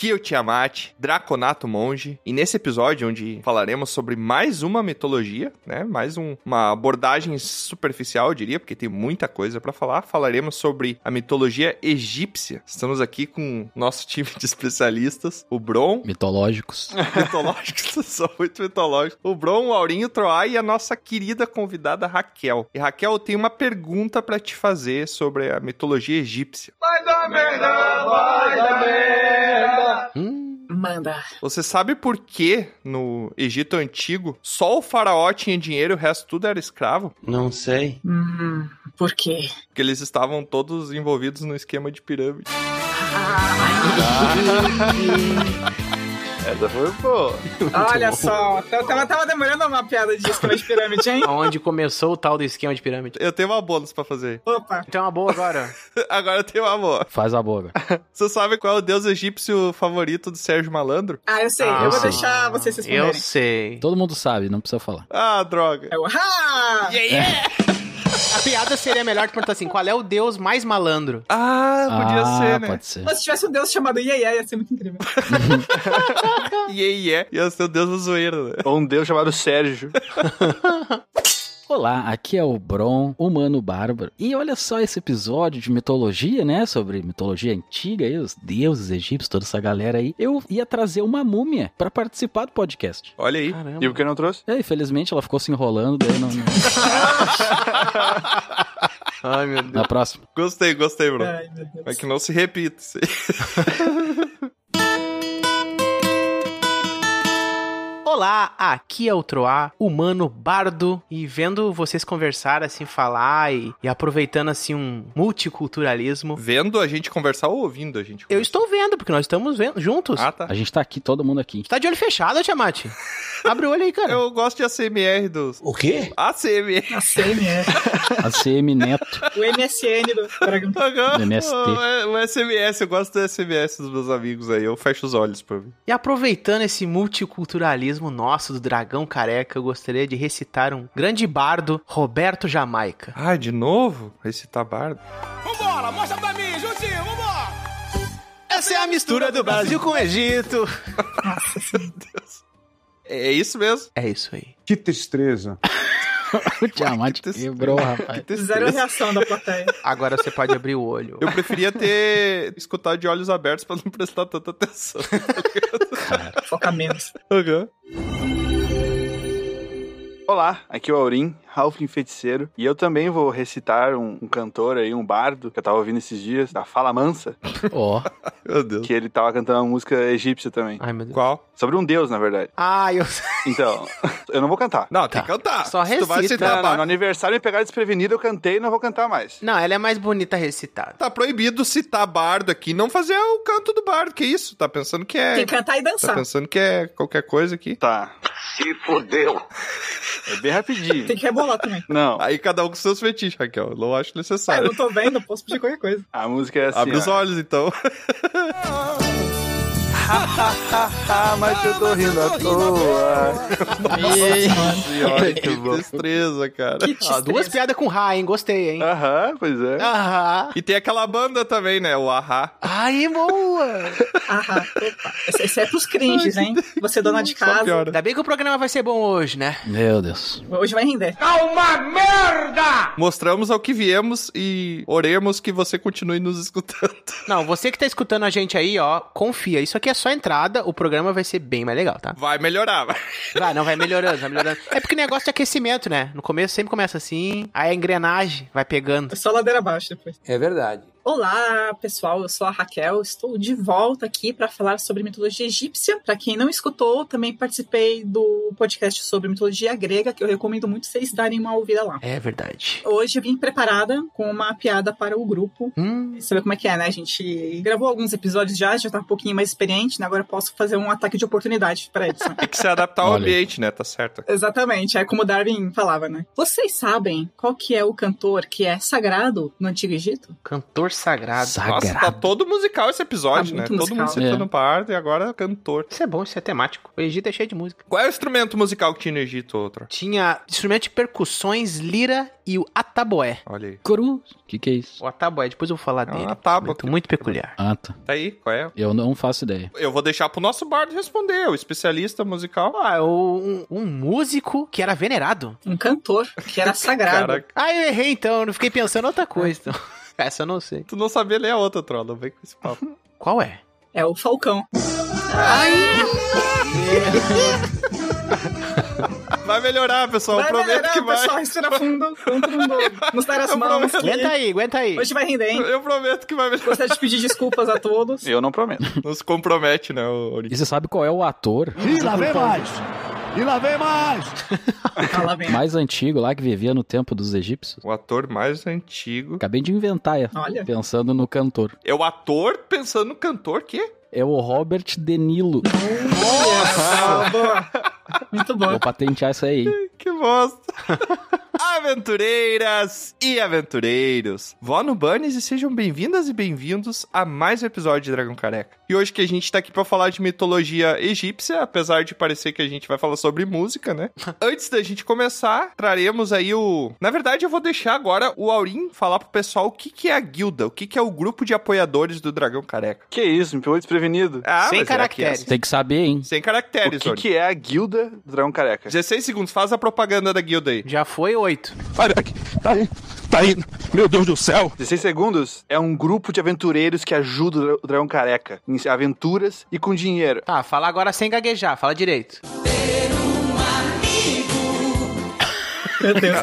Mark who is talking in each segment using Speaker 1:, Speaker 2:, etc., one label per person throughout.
Speaker 1: Kyo é Tiamat, Draconato Monge. E nesse episódio, onde falaremos sobre mais uma mitologia, né? Mais um- uma abordagem superficial, eu diria, porque tem muita coisa pra falar. Falaremos sobre a mitologia egípcia. Estamos aqui com o nosso time de especialistas, o Bron,
Speaker 2: Mitológicos.
Speaker 1: mitológicos, são muito mitológicos. O Bron, o Aurinho, o Troá e a nossa querida convidada Raquel. E Raquel, eu tenho uma pergunta pra te fazer sobre a mitologia egípcia.
Speaker 2: Hum,
Speaker 3: Manda.
Speaker 1: Você sabe por que no Egito Antigo só o faraó tinha dinheiro e o resto tudo era escravo?
Speaker 4: Não sei.
Speaker 3: Hum, por quê?
Speaker 1: Porque eles estavam todos envolvidos no esquema de pirâmide.
Speaker 5: Essa foi boa.
Speaker 3: Olha só, eu tava, tava demorando uma piada de esquema de pirâmide, hein?
Speaker 6: Onde começou o tal do esquema de pirâmide.
Speaker 1: Eu tenho uma bônus pra fazer.
Speaker 3: Opa,
Speaker 6: Então é uma boa agora.
Speaker 1: Agora eu tenho uma boa.
Speaker 2: faz a boa, velho.
Speaker 1: Você sabe qual é o deus egípcio favorito do Sérgio Malandro?
Speaker 3: ah, eu sei,
Speaker 6: Ah,
Speaker 3: eu vou
Speaker 6: sei.
Speaker 3: deixar vocês se
Speaker 6: Eu
Speaker 3: responderem.
Speaker 6: sei.
Speaker 2: Todo mundo sabe, não precisa falar.
Speaker 1: Ah, droga.
Speaker 3: É o ha!
Speaker 6: A piada seria melhor de perguntar assim: qual é o deus mais malandro?
Speaker 1: Ah, podia
Speaker 2: ah,
Speaker 1: ser, né?
Speaker 2: pode ser.
Speaker 3: Se tivesse um deus chamado Yeye, ia ser muito incrível.
Speaker 1: E aí é, ia ser o deus da zoeira, né?
Speaker 5: Ou um deus chamado Sérgio.
Speaker 2: Olá, aqui é o Bron, humano bárbaro. E olha só esse episódio de mitologia, né? Sobre mitologia antiga aí, os deuses egípcios, toda essa galera aí. Eu ia trazer uma múmia pra participar do podcast.
Speaker 1: Olha aí.
Speaker 6: Caramba.
Speaker 5: E o que não trouxe?
Speaker 2: É, infelizmente ela ficou se enrolando, daí não, não-
Speaker 6: Ai, meu Deus.
Speaker 2: na próxima.
Speaker 1: Gostei, gostei, bro.
Speaker 3: Ai, meu Deus.
Speaker 1: Mas que não se repita. isso aí.
Speaker 6: Olá, aqui é o Troá, humano bardo, e vendo vocês conversar, assim, falar e, e aproveitando, assim, um multiculturalismo.
Speaker 1: Vendo a gente conversar ou ouvindo a gente
Speaker 6: Eu
Speaker 1: conversar?
Speaker 6: estou vendo, porque nós estamos vendo, juntos.
Speaker 1: Ah, tá.
Speaker 2: A gente tá aqui, todo mundo aqui.
Speaker 6: Tu tá de olho fechado, Tiamat? Abre o olho aí, cara.
Speaker 1: Eu gosto de ACMR dos...
Speaker 4: O quê?
Speaker 1: ACMR.
Speaker 3: A CMR.
Speaker 2: A CM Neto.
Speaker 3: é. O MSN do Dragão.
Speaker 1: Aham. é,
Speaker 2: MST.
Speaker 1: O, o SMS, eu gosto do SMS dos meus amigos aí. Eu fecho os olhos pra mim.
Speaker 6: E aproveitando esse multiculturalismo nosso do dragão careca, eu gostaria de recitar um grande bardo, Roberto Jamaica.
Speaker 1: Ah, de novo? Esse tabardo.
Speaker 6: Essa é a mistura do Brasil com o Egito.
Speaker 3: Nossa senhora.
Speaker 1: É isso mesmo.
Speaker 6: É isso aí.
Speaker 7: Que tristeza.
Speaker 2: O Tiamat
Speaker 1: tristeza.
Speaker 2: quebrou, rapaz.
Speaker 3: Zero reação da plateia.
Speaker 6: Agora você pode abrir o olho.
Speaker 1: Eu preferia ter escutado de olhos abertos pra não prestar tanta atenção.
Speaker 3: Foca menos.
Speaker 1: Aham.
Speaker 5: Olá, aqui é o Aurim, Halfling Feiticeiro, e eu também vou recitar um, um cantor aí, um bardo, que eu tava ouvindo esses dias, da Fala Mansa,
Speaker 2: Ó,
Speaker 1: Meu Deus.
Speaker 5: que ele tava cantando uma música egípcia também.
Speaker 6: Ai, meu Deus.
Speaker 1: Qual?
Speaker 5: Sobre um deus, na verdade.
Speaker 6: Ah, eu...
Speaker 5: Então, eu não vou cantar.
Speaker 1: Não, tem que cantar.
Speaker 6: Só
Speaker 1: Se tu vai
Speaker 6: recita.
Speaker 1: citar
Speaker 5: Não, né? não,
Speaker 1: bardo,
Speaker 5: no aniversário me pegaram desprevenido, eu cantei e não vou cantar mais.
Speaker 6: Não, ela é mais bonita recitada.
Speaker 1: Tá proibido citar bardo aqui, não fazer o canto do bardo, que isso? Tá pensando que é.
Speaker 3: Tem que cantar e
Speaker 1: Tá
Speaker 3: dançar.
Speaker 1: pensando que é qualquer coisa aqui?
Speaker 5: Tá. Se fudeu. É bem rapidinho.
Speaker 3: Tem que rebolar também.
Speaker 5: Não,
Speaker 1: Aí cada um com seus fetiches, Raquel. Não acho
Speaker 3: Ah, eu
Speaker 1: necessário.
Speaker 3: não tô vendo, posso pedir qualquer coisa.
Speaker 5: a música é assim.
Speaker 1: Abre os
Speaker 5: ó.
Speaker 1: olhos, então.
Speaker 5: Ah, mas eu tô rindo à toa.
Speaker 1: Senhora, que
Speaker 6: Muito bom.
Speaker 1: destreza, cara.
Speaker 3: Que
Speaker 6: Ó, duas
Speaker 3: tristeza.
Speaker 6: piadas com Ra, hein? Gostei, hein?
Speaker 5: Aham, pois é.
Speaker 1: Ah.
Speaker 6: Aham.
Speaker 1: E tem aquela banda também, né? O Ahá.
Speaker 6: Aí, boa!
Speaker 3: Aham, opa. Esse, esse é pros cringes, hein? Você, é dona de
Speaker 1: Só
Speaker 3: casa.
Speaker 1: piora.
Speaker 6: Ainda bem que o programa vai ser bom hoje, né?
Speaker 2: meu Deus.
Speaker 3: Hoje vai render.
Speaker 1: Tá. Mostramos ao que viemos e oremos que você continue nos escutando.
Speaker 6: Não, você que tá escutando a gente aí, ó, confia. Isso aqui é só entrada, o programa vai ser bem mais legal, tá?
Speaker 1: Vai melhorar. vai.
Speaker 6: Vai, não, vai melhorando, vai melhorando. É porque o negócio de aquecimento, né? No começo sempre começa assim, aí a engrenagem vai pegando.
Speaker 3: É só ladeira abaixo depois.
Speaker 4: É verdade.
Speaker 3: Olá, pessoal. Eu sou a Raquel. Estou de volta aqui para falar sobre mitologia egípcia. Para quem não escutou, também participei do podcast sobre mitologia grega, que eu recomendo muito vocês darem uma ouvida lá.
Speaker 6: É verdade.
Speaker 3: Hoje eu vim preparada com uma piada para o grupo.
Speaker 6: Hum,
Speaker 3: Sabe como é que é, né? A gente gravou alguns episódios já, já tá um pouquinho mais experiente, né? Agora eu posso fazer um ataque de oportunidade para eles, né?
Speaker 1: Tem que se adaptar ao
Speaker 2: Olha.
Speaker 1: ambiente, né? Tá certo.
Speaker 3: Exatamente, é como Darwin falava, né? Vocês sabem qual que é o cantor que é sagrado no Antigo Egito?
Speaker 6: cantor sagrado.
Speaker 1: Nossa, tá
Speaker 2: Sagrado.
Speaker 1: todo musical esse episódio,
Speaker 3: Tá
Speaker 1: né?
Speaker 3: muito
Speaker 1: Todo
Speaker 3: musical.
Speaker 1: mundo citando
Speaker 2: É.
Speaker 1: parte e agora cantor.
Speaker 6: Isso é bom, isso é temático. O Egito é cheio de música.
Speaker 1: Qual é o instrumento musical que tinha no Egito, outra?
Speaker 6: Tinha instrumento de percussões, lira e o ataboé.
Speaker 1: Olha aí.
Speaker 2: Cru? O que, que é isso?
Speaker 6: O ataboé, depois eu vou
Speaker 4: Ah,
Speaker 6: falar
Speaker 1: É
Speaker 6: dele.
Speaker 1: uma tábua.
Speaker 6: Muito, muito peculiar.
Speaker 2: Ah, tá.
Speaker 1: Tá aí, qual é?
Speaker 2: Eu não faço ideia.
Speaker 1: Eu vou deixar pro nosso bardo responder, o especialista musical.
Speaker 6: Ah, um, um músico que era venerado.
Speaker 3: Um cantor que era sagrado.
Speaker 1: Caraca,
Speaker 6: Ah, eu errei então, eu fiquei pensando em outra coisa. Então. Essa eu não sei.
Speaker 1: tu não sabia ler a outra, Trola. Vem com esse papo.
Speaker 6: Qual é?
Speaker 3: É o Falcão.
Speaker 1: Vai melhorar, pessoal. eu prometo
Speaker 3: melhorar,
Speaker 1: que vai.
Speaker 3: pessoal. Respira fundo. Todo mundo nos dar as
Speaker 1: Eu
Speaker 3: mãos.
Speaker 1: prometo.
Speaker 6: Aguenta aí, aguenta aí.
Speaker 3: Hoje vai render, hein?
Speaker 1: Eu prometo que vai melhorar.
Speaker 3: Gostaria de pedir desculpas a todos.
Speaker 5: Eu não prometo.
Speaker 1: Não se compromete, né, Ori?
Speaker 2: E você sabe qual é o ator
Speaker 8: E lá vem mais! E lá vem mais!
Speaker 3: Fala bem.
Speaker 2: mais antigo lá que vivia no tempo dos egípcios?
Speaker 1: O ator mais antigo.
Speaker 2: Acabei de inventar, é,
Speaker 3: Olha.
Speaker 2: pensando no cantor.
Speaker 1: É o ator pensando no cantor, quê?
Speaker 2: É o Robert De Niro.
Speaker 3: Nossa, boa. Muito bom.
Speaker 2: Vou patentear isso aí. hein?
Speaker 1: Que bosta. Aventureiras e aventureiros, vó no Bunnies e sejam bem-vindas e bem-vindos a mais um episódio de Dragão Careca. E hoje que a gente tá aqui pra falar de mitologia egípcia, apesar de parecer que a gente vai falar sobre música, né? Antes da gente começar, traremos aí o... Na verdade, eu vou deixar agora o Aurim falar pro pessoal o que que é a guilda, o que que é o grupo de apoiadores do Dragão Careca.
Speaker 5: Que isso, me pegou desprevenido.
Speaker 1: Ah, mas
Speaker 6: Sem
Speaker 1: é aqui,
Speaker 6: caracteres.
Speaker 2: Tem que saber, hein?
Speaker 1: é- Sem
Speaker 5: O
Speaker 1: caracteres,
Speaker 5: que,
Speaker 1: Aurim.
Speaker 5: que é a guilda do Dragão Careca?
Speaker 1: 16 segundos, faz a propaganda da guilda aí.
Speaker 6: Já foi oito.
Speaker 8: Olha aqui, tá aí, tá aí, meu Deus do céu!
Speaker 5: 16 segundos é um grupo de aventureiros que ajuda o dra- o Dragão Careca em aventuras e com dinheiro.
Speaker 6: Tá, fala agora sem gaguejar, fala direito.
Speaker 3: Meu Deus.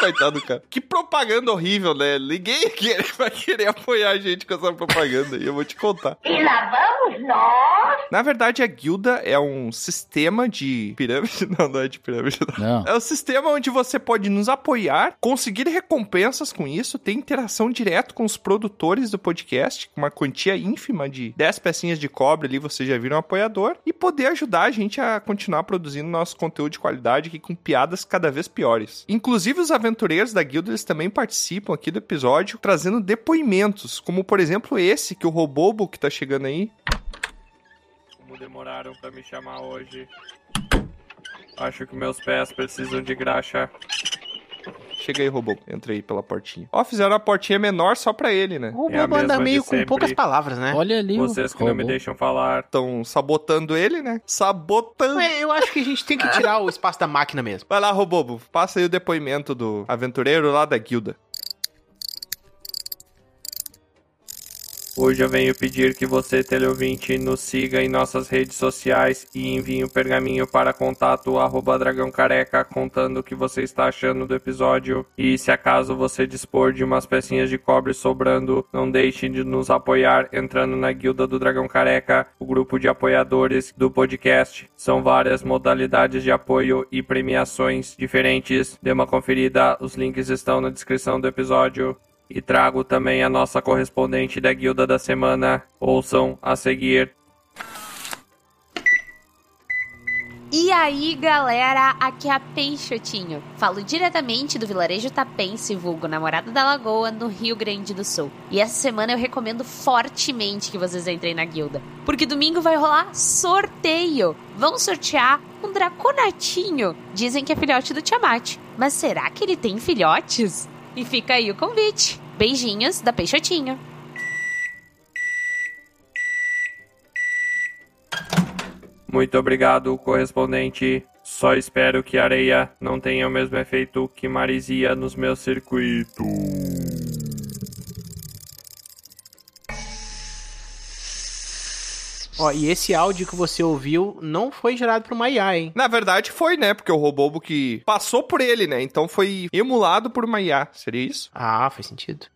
Speaker 1: Coitado, cara. Que propaganda horrível, né? Ninguém quer- vai querer apoiar a gente com essa propaganda e eu vou te contar.
Speaker 9: E lá vamos nós!
Speaker 1: Na verdade, a guilda é um sistema de pirâmide. Não, não é de pirâmide, não.
Speaker 2: Não.
Speaker 1: É um sistema onde você pode nos apoiar, conseguir recompensas com isso, ter interação direto com os produtores do podcast, com uma quantia ínfima de 10 pecinhas de cobre ali, você já vira um apoiador, e poder ajudar a gente a continuar produzindo nosso conteúdo de qualidade aqui com piadas cada vez piores. Inclusive, os aventureiros da guilda, eles também participam aqui do episódio, trazendo depoimentos, como por exemplo esse que o Robobo que tá chegando aí.
Speaker 10: Como demoraram pra me chamar hoje? Acho que meus pés precisam de graxa.
Speaker 1: Chega aí, Robobo. Entra aí pela portinha. Ó, fizeram a portinha menor só pra ele, né?
Speaker 6: O
Speaker 10: É a
Speaker 6: Bobo anda
Speaker 10: mesma
Speaker 6: meio
Speaker 10: de
Speaker 6: com
Speaker 10: sempre.
Speaker 6: poucas palavras, né?
Speaker 2: Olha ali o
Speaker 10: Vocês que não me
Speaker 2: robô.
Speaker 10: deixam falar.
Speaker 1: Estão sabotando ele, né? Sabotando.
Speaker 6: Ué, Eu acho que a gente tem que tirar o espaço da máquina mesmo.
Speaker 1: Vai lá, Robobo. Passa aí o depoimento do aventureiro lá da guilda.
Speaker 10: Hoje eu venho pedir que você, teleouvinte, nos siga em nossas redes sociais e envie um pergaminho para contato arroba dragão careca contando o que você está achando do episódio. E se acaso você dispor de umas pecinhas de cobre sobrando, não deixe de nos apoiar entrando na Guilda do Dragão Careca, o grupo de apoiadores do podcast. São várias modalidades de apoio e premiações diferentes. Dê uma conferida, os links estão na descrição do episódio. E trago também a nossa correspondente da Guilda da Semana. Ouçam a seguir.
Speaker 9: E aí, galera, aqui é a Peixotinho. Falo diretamente do vilarejo Tapense, vulgo Namorada da Lagoa, no Rio Grande do Sul. E essa semana eu recomendo fortemente que vocês entrem na guilda, porque domingo vai rolar sorteio. Vão sortear um draconatinho. Dizem que é filhote do Tiamat, mas será que ele tem filhotes? E fica aí o convite. Beijinhos da Peixotinho.
Speaker 10: Muito obrigado, correspondente. Só espero que areia não tenha o mesmo efeito que marisia nos meus circuitos.
Speaker 6: Ó, e esse áudio que você ouviu não foi gerado por uma IA, hein?
Speaker 1: Na verdade, foi, né? Porque o Robobo que passou por ele, né? Então foi emulado por uma IA. Seria isso?
Speaker 6: Ah, faz sentido.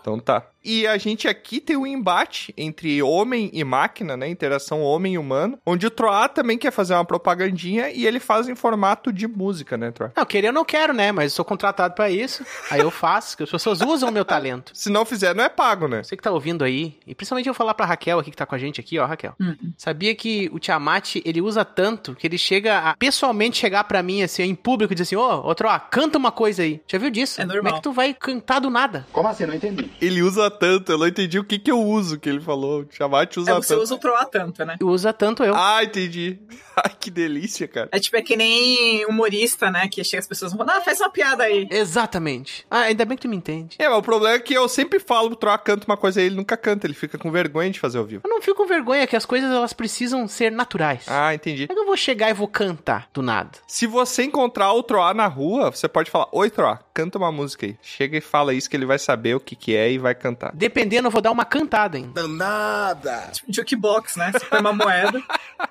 Speaker 1: Então tá. E a gente aqui tem um embate entre homem e máquina, né? Interação homem e humano. Onde o Troá também quer fazer uma propagandinha e ele faz em formato de música, né, Troá?
Speaker 6: Não, querer eu não quero, né? Mas eu sou contratado pra isso. Aí eu faço, que as pessoas usam o meu talento.
Speaker 1: Se não fizer, não é pago, né?
Speaker 6: Você que tá ouvindo aí, e principalmente eu vou falar pra Raquel aqui que tá com a gente aqui, ó, Raquel.
Speaker 3: Uhum.
Speaker 6: Sabia que o Tiamat, ele usa tanto que ele chega a pessoalmente chegar pra mim assim, em público e dizer assim: "Ô, outro, ó, canta uma coisa aí". Já viu disso?
Speaker 3: É normal.
Speaker 6: Como é que tu vai cantar do nada?
Speaker 8: Como assim?
Speaker 11: não entendi.
Speaker 1: Ele usa tanto, eu não entendi o que que eu uso que ele falou. Chamate usa
Speaker 3: É, você
Speaker 1: tanto.
Speaker 3: usa o Troá tanto, né?
Speaker 12: Usa tanto eu.
Speaker 1: Ah, entendi. Ai, que delícia, cara.
Speaker 3: É tipo, é que nem humorista, né? Que chega as pessoas e falam, ah, faz uma piada aí.
Speaker 12: Exatamente. Ah, ainda bem que tu me entende.
Speaker 1: É, mas o problema é que eu sempre falo pro Troá canta uma coisa e ele nunca canta, ele fica com vergonha de fazer ao vivo.
Speaker 12: Eu não fico com vergonha que as coisas elas precisam ser naturais.
Speaker 1: Ah, entendi.
Speaker 12: Como é que eu vou chegar e vou cantar do nada?
Speaker 1: Se você encontrar o Troá na rua, você pode falar: Oi, Troá, canta uma música aí. Chega e fala isso que ele vai saber o que, que é e vai cantar.
Speaker 12: Dependendo, eu vou dar uma cantada, hein?
Speaker 4: Danada!
Speaker 3: Tipo, jukebox, né? Você põe uma moeda.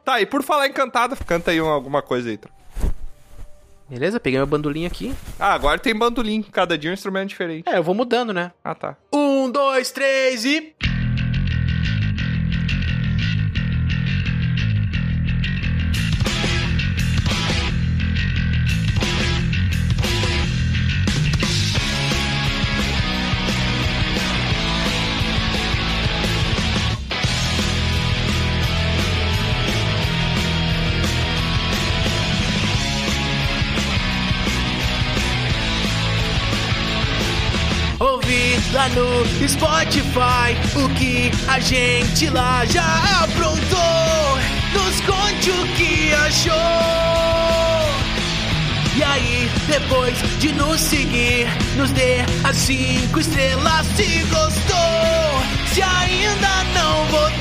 Speaker 1: Tá, e por falar em cantada, canta aí uma- alguma coisa aí, Troá.
Speaker 12: Beleza? Peguei meu bandolim aqui.
Speaker 1: Ah, agora tem bandolim, cada dia um instrumento diferente.
Speaker 12: É, eu vou mudando, né?
Speaker 1: Ah, tá.
Speaker 12: Um, dois, três e. Ouvi lá no Spotify o que a gente lá já aprontou. Nos conte o que achou. E aí, depois de nos seguir, nos dê as cinco estrelas se gostou. Se ainda não votou.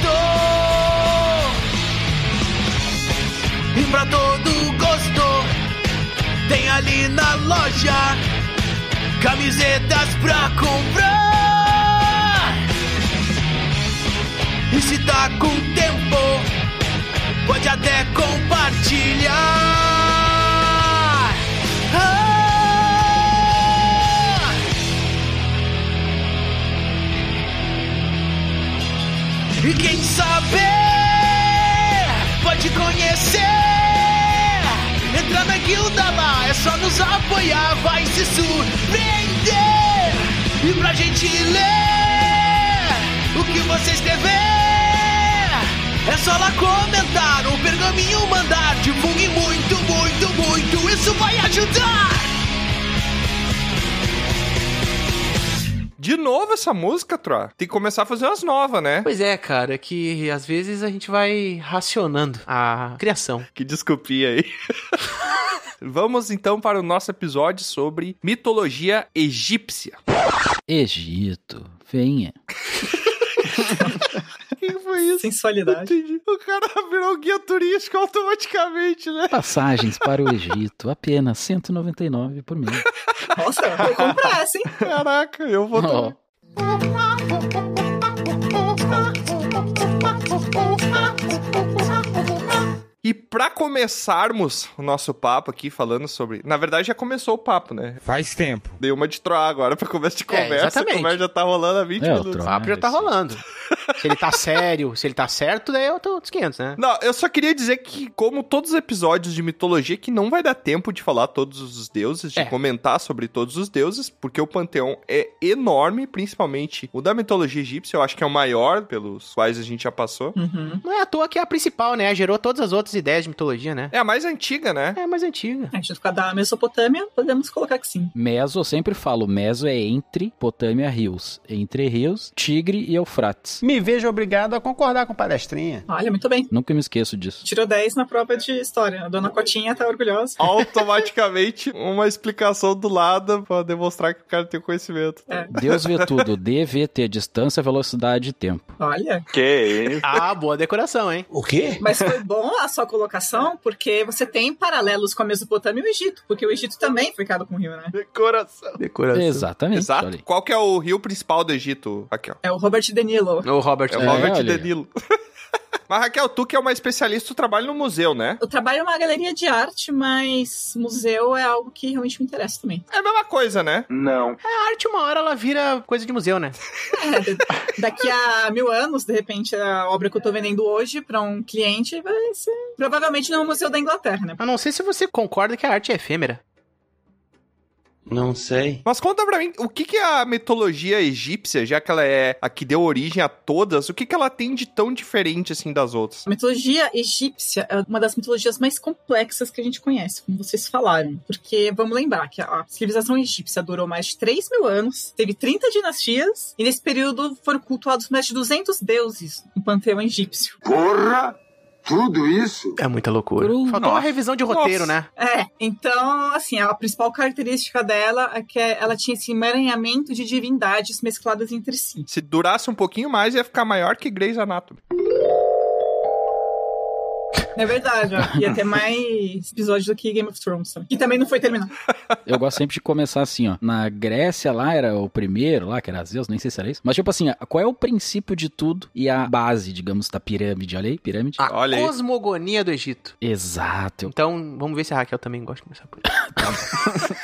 Speaker 12: E pra todo gosto, tem ali na loja camisetas pra comprar. E se tá com tempo, pode até compartilhar. Ah! E quem saber, pode conhecer. Entrar na guilda lá, é só nos apoiar, vai se surpreender. E pra gente ler o que você escrever, é só lá comentar, um pergaminho mandar. Divulgue muito, muito, muito, isso vai ajudar.
Speaker 1: De novo essa música, Troá. Tem que começar a fazer umas novas, né?
Speaker 12: Pois é, cara, que às vezes a gente vai racionando a criação.
Speaker 1: Que desculpinha aí. Vamos então para o nosso episódio sobre mitologia egípcia.
Speaker 2: Egito, venha.
Speaker 1: O que foi É isso?
Speaker 3: Sensualidade.
Speaker 1: Entendi. O cara virou guia turístico automaticamente, né?
Speaker 2: Passagens para o Egito, apenas 199 por mês.
Speaker 3: Nossa, eu comprar essa, hein?
Speaker 1: Caraca, eu vou.
Speaker 2: Ó,
Speaker 1: E pra começarmos o nosso papo aqui falando sobre. Na verdade, já começou o papo, né?
Speaker 11: Faz tempo.
Speaker 1: Dei uma de troar agora pra começo de
Speaker 12: É,
Speaker 1: conversa. a
Speaker 12: exatamente.
Speaker 1: conversa já tá rolando há 20
Speaker 2: É, o
Speaker 1: minutos.
Speaker 12: O
Speaker 2: Troá.
Speaker 12: papo já tá rolando. Se ele tá sério, se ele tá certo, daí eu tô dos 500, né?
Speaker 1: Não, eu só queria dizer que, como todos os episódios de mitologia, que não vai dar tempo de falar todos os deuses, de
Speaker 12: É.
Speaker 1: comentar sobre todos os deuses, porque o panteão é enorme, principalmente o da mitologia egípcia, eu acho que é o maior, pelos quais a gente já passou.
Speaker 3: Uhum.
Speaker 12: Não é à toa que é a principal, né? Gerou todas as outras ideias de mitologia, né?
Speaker 1: É a mais antiga, né?
Speaker 12: É a mais antiga.
Speaker 3: É, junto com a da Mesopotâmia, podemos colocar que sim.
Speaker 2: Meso, eu sempre falo, Meso é entre Potâmia rios, entre rios, Tigre e Eufrates.
Speaker 11: Me vejo obrigado a concordar com palestrinha.
Speaker 3: Olha, muito bem.
Speaker 2: Nunca me esqueço disso.
Speaker 3: Tirou 10 na prova de história. A dona Cotinha tá orgulhosa.
Speaker 1: Automaticamente, uma explicação do lado pra demonstrar que o cara tem conhecimento.
Speaker 2: Deus vê tudo, DVT, distância, velocidade e tempo.
Speaker 3: Olha.
Speaker 5: Que isso?
Speaker 12: Ah, boa decoração, hein?
Speaker 11: O quê?
Speaker 3: Mas foi bom a sua colocação, porque você tem paralelos com a Mesopotâmia e o Egito, porque o Egito também foi criado com o rio, né?
Speaker 5: Decoração.
Speaker 12: Decoração.
Speaker 2: Exatamente. olha
Speaker 1: Exato.
Speaker 2: aí.
Speaker 1: Qual que é o rio principal do Egito, Raquel?
Speaker 3: É o Robert De Niro.
Speaker 12: O Robert.
Speaker 1: É o
Speaker 2: É,
Speaker 1: Robert
Speaker 2: olha aí.
Speaker 1: Danilo. Mas, Raquel, tu que é uma especialista, tu trabalha no museu, né?
Speaker 3: Eu trabalho em uma galeria de arte, mas museu é algo que realmente me interessa também.
Speaker 1: É a mesma coisa, né?
Speaker 5: Não.
Speaker 6: É,
Speaker 12: A arte, uma hora, ela vira coisa de museu, né?
Speaker 3: É, de- daqui a mil anos, de repente, a obra que eu tô vendendo hoje pra um cliente vai ser. Provavelmente não é um museu da Inglaterra, né?
Speaker 12: A não ser se você concorda que a arte é efêmera.
Speaker 6: Não sei.
Speaker 1: Mas conta pra mim, o que que a mitologia egípcia, já que ela é a que deu origem a todas, o que que ela tem de tão diferente, assim, das outras?
Speaker 3: A mitologia egípcia é uma das mitologias mais complexas que a gente conhece, como vocês falaram. Porque vamos lembrar que a civilização egípcia durou mais de 3 mil anos, teve 30 dinastias, e nesse período foram cultuados mais de 200 deuses no panteão egípcio.
Speaker 13: Porra! Tudo isso?
Speaker 6: É muita loucura. Faltou uma
Speaker 3: Nossa.
Speaker 6: revisão de roteiro,
Speaker 3: Nossa.
Speaker 6: né?
Speaker 3: É, então, assim, a principal característica dela é que ela tinha esse emaranhamento de divindades mescladas entre si.
Speaker 1: Se durasse um pouquinho mais, ia ficar maior que Grey's Anatomy.
Speaker 3: É verdade, ó, ia ter mais episódios do que Game of Thrones. também. Que também não foi terminado.
Speaker 2: Eu gosto sempre de começar assim, ó. Na Grécia lá era o primeiro, lá que era Zeus, nem sei se era isso. Mas tipo assim, ó, qual é o princípio de tudo e a base, digamos, da pirâmide? Olha aí, pirâmide.
Speaker 6: A
Speaker 1: Olha aí.
Speaker 6: cosmogonia do Egito.
Speaker 2: Exato.
Speaker 6: Então, vamos ver se a Raquel também gosta de começar por isso.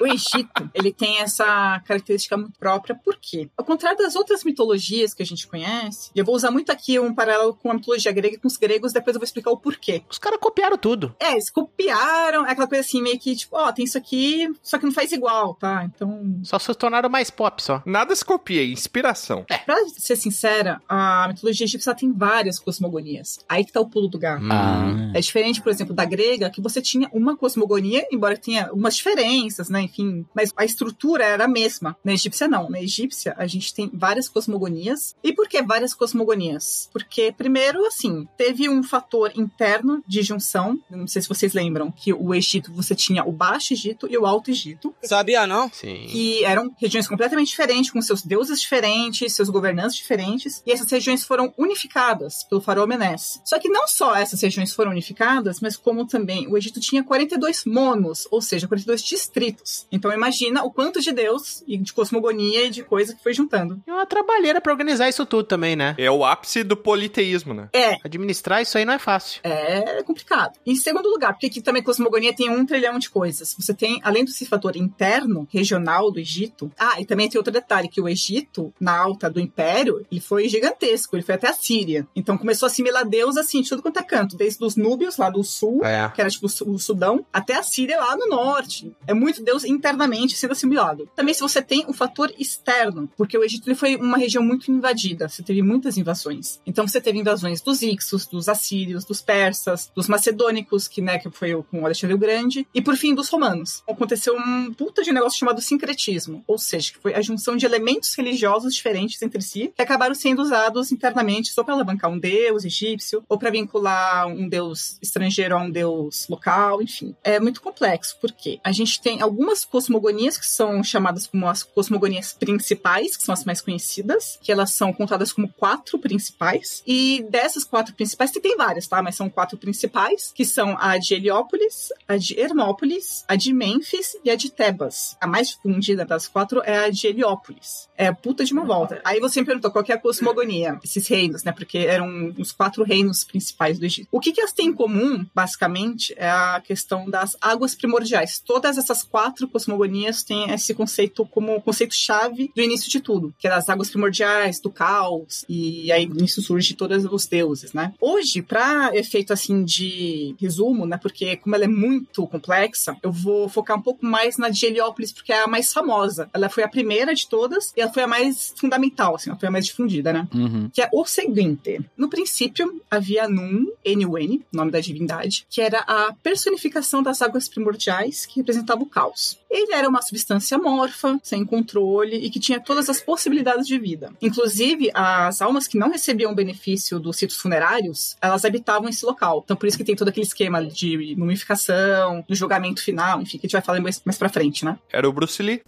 Speaker 3: O Egito, ele tem essa característica muito própria, por quê? Ao contrário das outras mitologias que a gente conhece, e eu vou usar muito aqui um paralelo com a mitologia grega e com os gregos, depois eu vou explicar o porquê.
Speaker 6: Os caras copiaram tudo.
Speaker 3: É, eles copiaram, é aquela coisa assim, meio que tipo, ó, tem isso aqui, só que não faz igual, tá? Então,
Speaker 6: Só se tornaram mais pop, só.
Speaker 1: Nada se copia, é inspiração.
Speaker 3: Pra ser sincera, a mitologia egípcia ela tem várias cosmogonias. Aí que tá o pulo do
Speaker 11: Hum.
Speaker 3: gato.
Speaker 1: Hum.
Speaker 2: Ah.
Speaker 3: É diferente, por exemplo, da grega, que você tinha uma cosmogonia, embora tenha algumas diferenças, né? Enfim, mas a estrutura era a mesma. Na egípcia, não. Na egípcia, a gente tem várias cosmogonias. E por que várias cosmogonias? Porque, primeiro, assim, teve um fator interno de junção. Não sei se vocês lembram que o Egito, você tinha o Baixo Egito e o Alto Egito
Speaker 12: Sabia não?
Speaker 6: Sim.
Speaker 3: que eram regiões completamente diferentes, com seus deuses diferentes, seus governantes diferentes, e essas regiões foram unificadas pelo faraó Menes. Só que não só essas regiões foram unificadas, mas como também o Egito tinha 42 monos, ou seja, 42 distritos. Então imagina o quanto de deus e de cosmogonia e de coisa que foi juntando.
Speaker 6: E É uma trabalheira pra organizar isso tudo também, né?
Speaker 1: É o ápice do politeísmo, né?
Speaker 3: É,
Speaker 6: Administrar isso aí não é fácil.
Speaker 3: é complicado. Em segundo lugar, porque aqui também cosmogonia tem um trilhão de coisas. Você tem, além desse fator interno, regional do Egito, ah, e também tem outro detalhe, que o Egito, na alta do Império, ele foi gigantesco, ele foi até a Síria. Então começou a assimilar deus assim, de tudo quanto é canto, desde os núbios lá do sul,
Speaker 6: É.
Speaker 3: que era tipo o Su- o Sudão, até a Síria lá no norte. É muito Deus internamente sendo assimilado. Também se você tem o fator externo, porque o Egito ele foi uma região muito invadida, você teve muitas invasões. Então você teve invasões dos Ixos, dos Assírios, dos Persas, dos Macedônicos, que, né, que foi o- com o Alexandre o Grande, e por fim dos Romanos. Aconteceu um puta de negócio chamado sincretismo, ou seja, que foi a junção de elementos religiosos diferentes entre si, que acabaram sendo usados internamente só para alavancar um deus egípcio, ou para vincular um deus estrangeiro a um deus local, enfim. É muito complexo, porque a gente tem algumas cosmogonias que são chamadas como as cosmogonias principais, que são as mais conhecidas, que elas são contadas como quatro principais, e dessas quatro principais, que tem várias, tá? Mas são quatro principais, que são a de Heliópolis, a de Hermópolis, a de Mênfis e a de Tebas. A mais difundida das quatro é a de Heliópolis. É puta de uma volta. Aí você me perguntou qual que é a cosmogonia, esses reinos, né? Porque eram os quatro reinos principais do Egito. O que, que elas têm em comum, basicamente, é a questão das águas primordiais. Todas essas quatro cosmogonias têm esse conceito como conceito-chave do início de tudo, que é das águas primordiais, do caos, e aí nisso surge todos os deuses, né? Hoje, para efeito assim de resumo, né? Porque como ela é muito complexa, eu vou focar um pouco mais na de Heliópolis, porque é a mais famosa. Ela foi a primeira de todas e ela foi a mais fundamental, assim, ela foi a mais difundida, né?
Speaker 2: Uhum.
Speaker 3: que é o seguinte. No princípio, havia Nun, N-U-N, nome da divindade, que era a personificação das águas primordiais que representava o caos. Ele era uma substância amorfa, sem controle e que tinha todas as possibilidades de vida. Inclusive, as almas que não recebiam benefício dos ritos funerários, elas habitavam esse local. Então, por isso que tem todo aquele esquema de mumificação, do julgamento final, enfim, que a gente vai falar mais, mais pra frente, né?
Speaker 1: Era o Bruce Lee.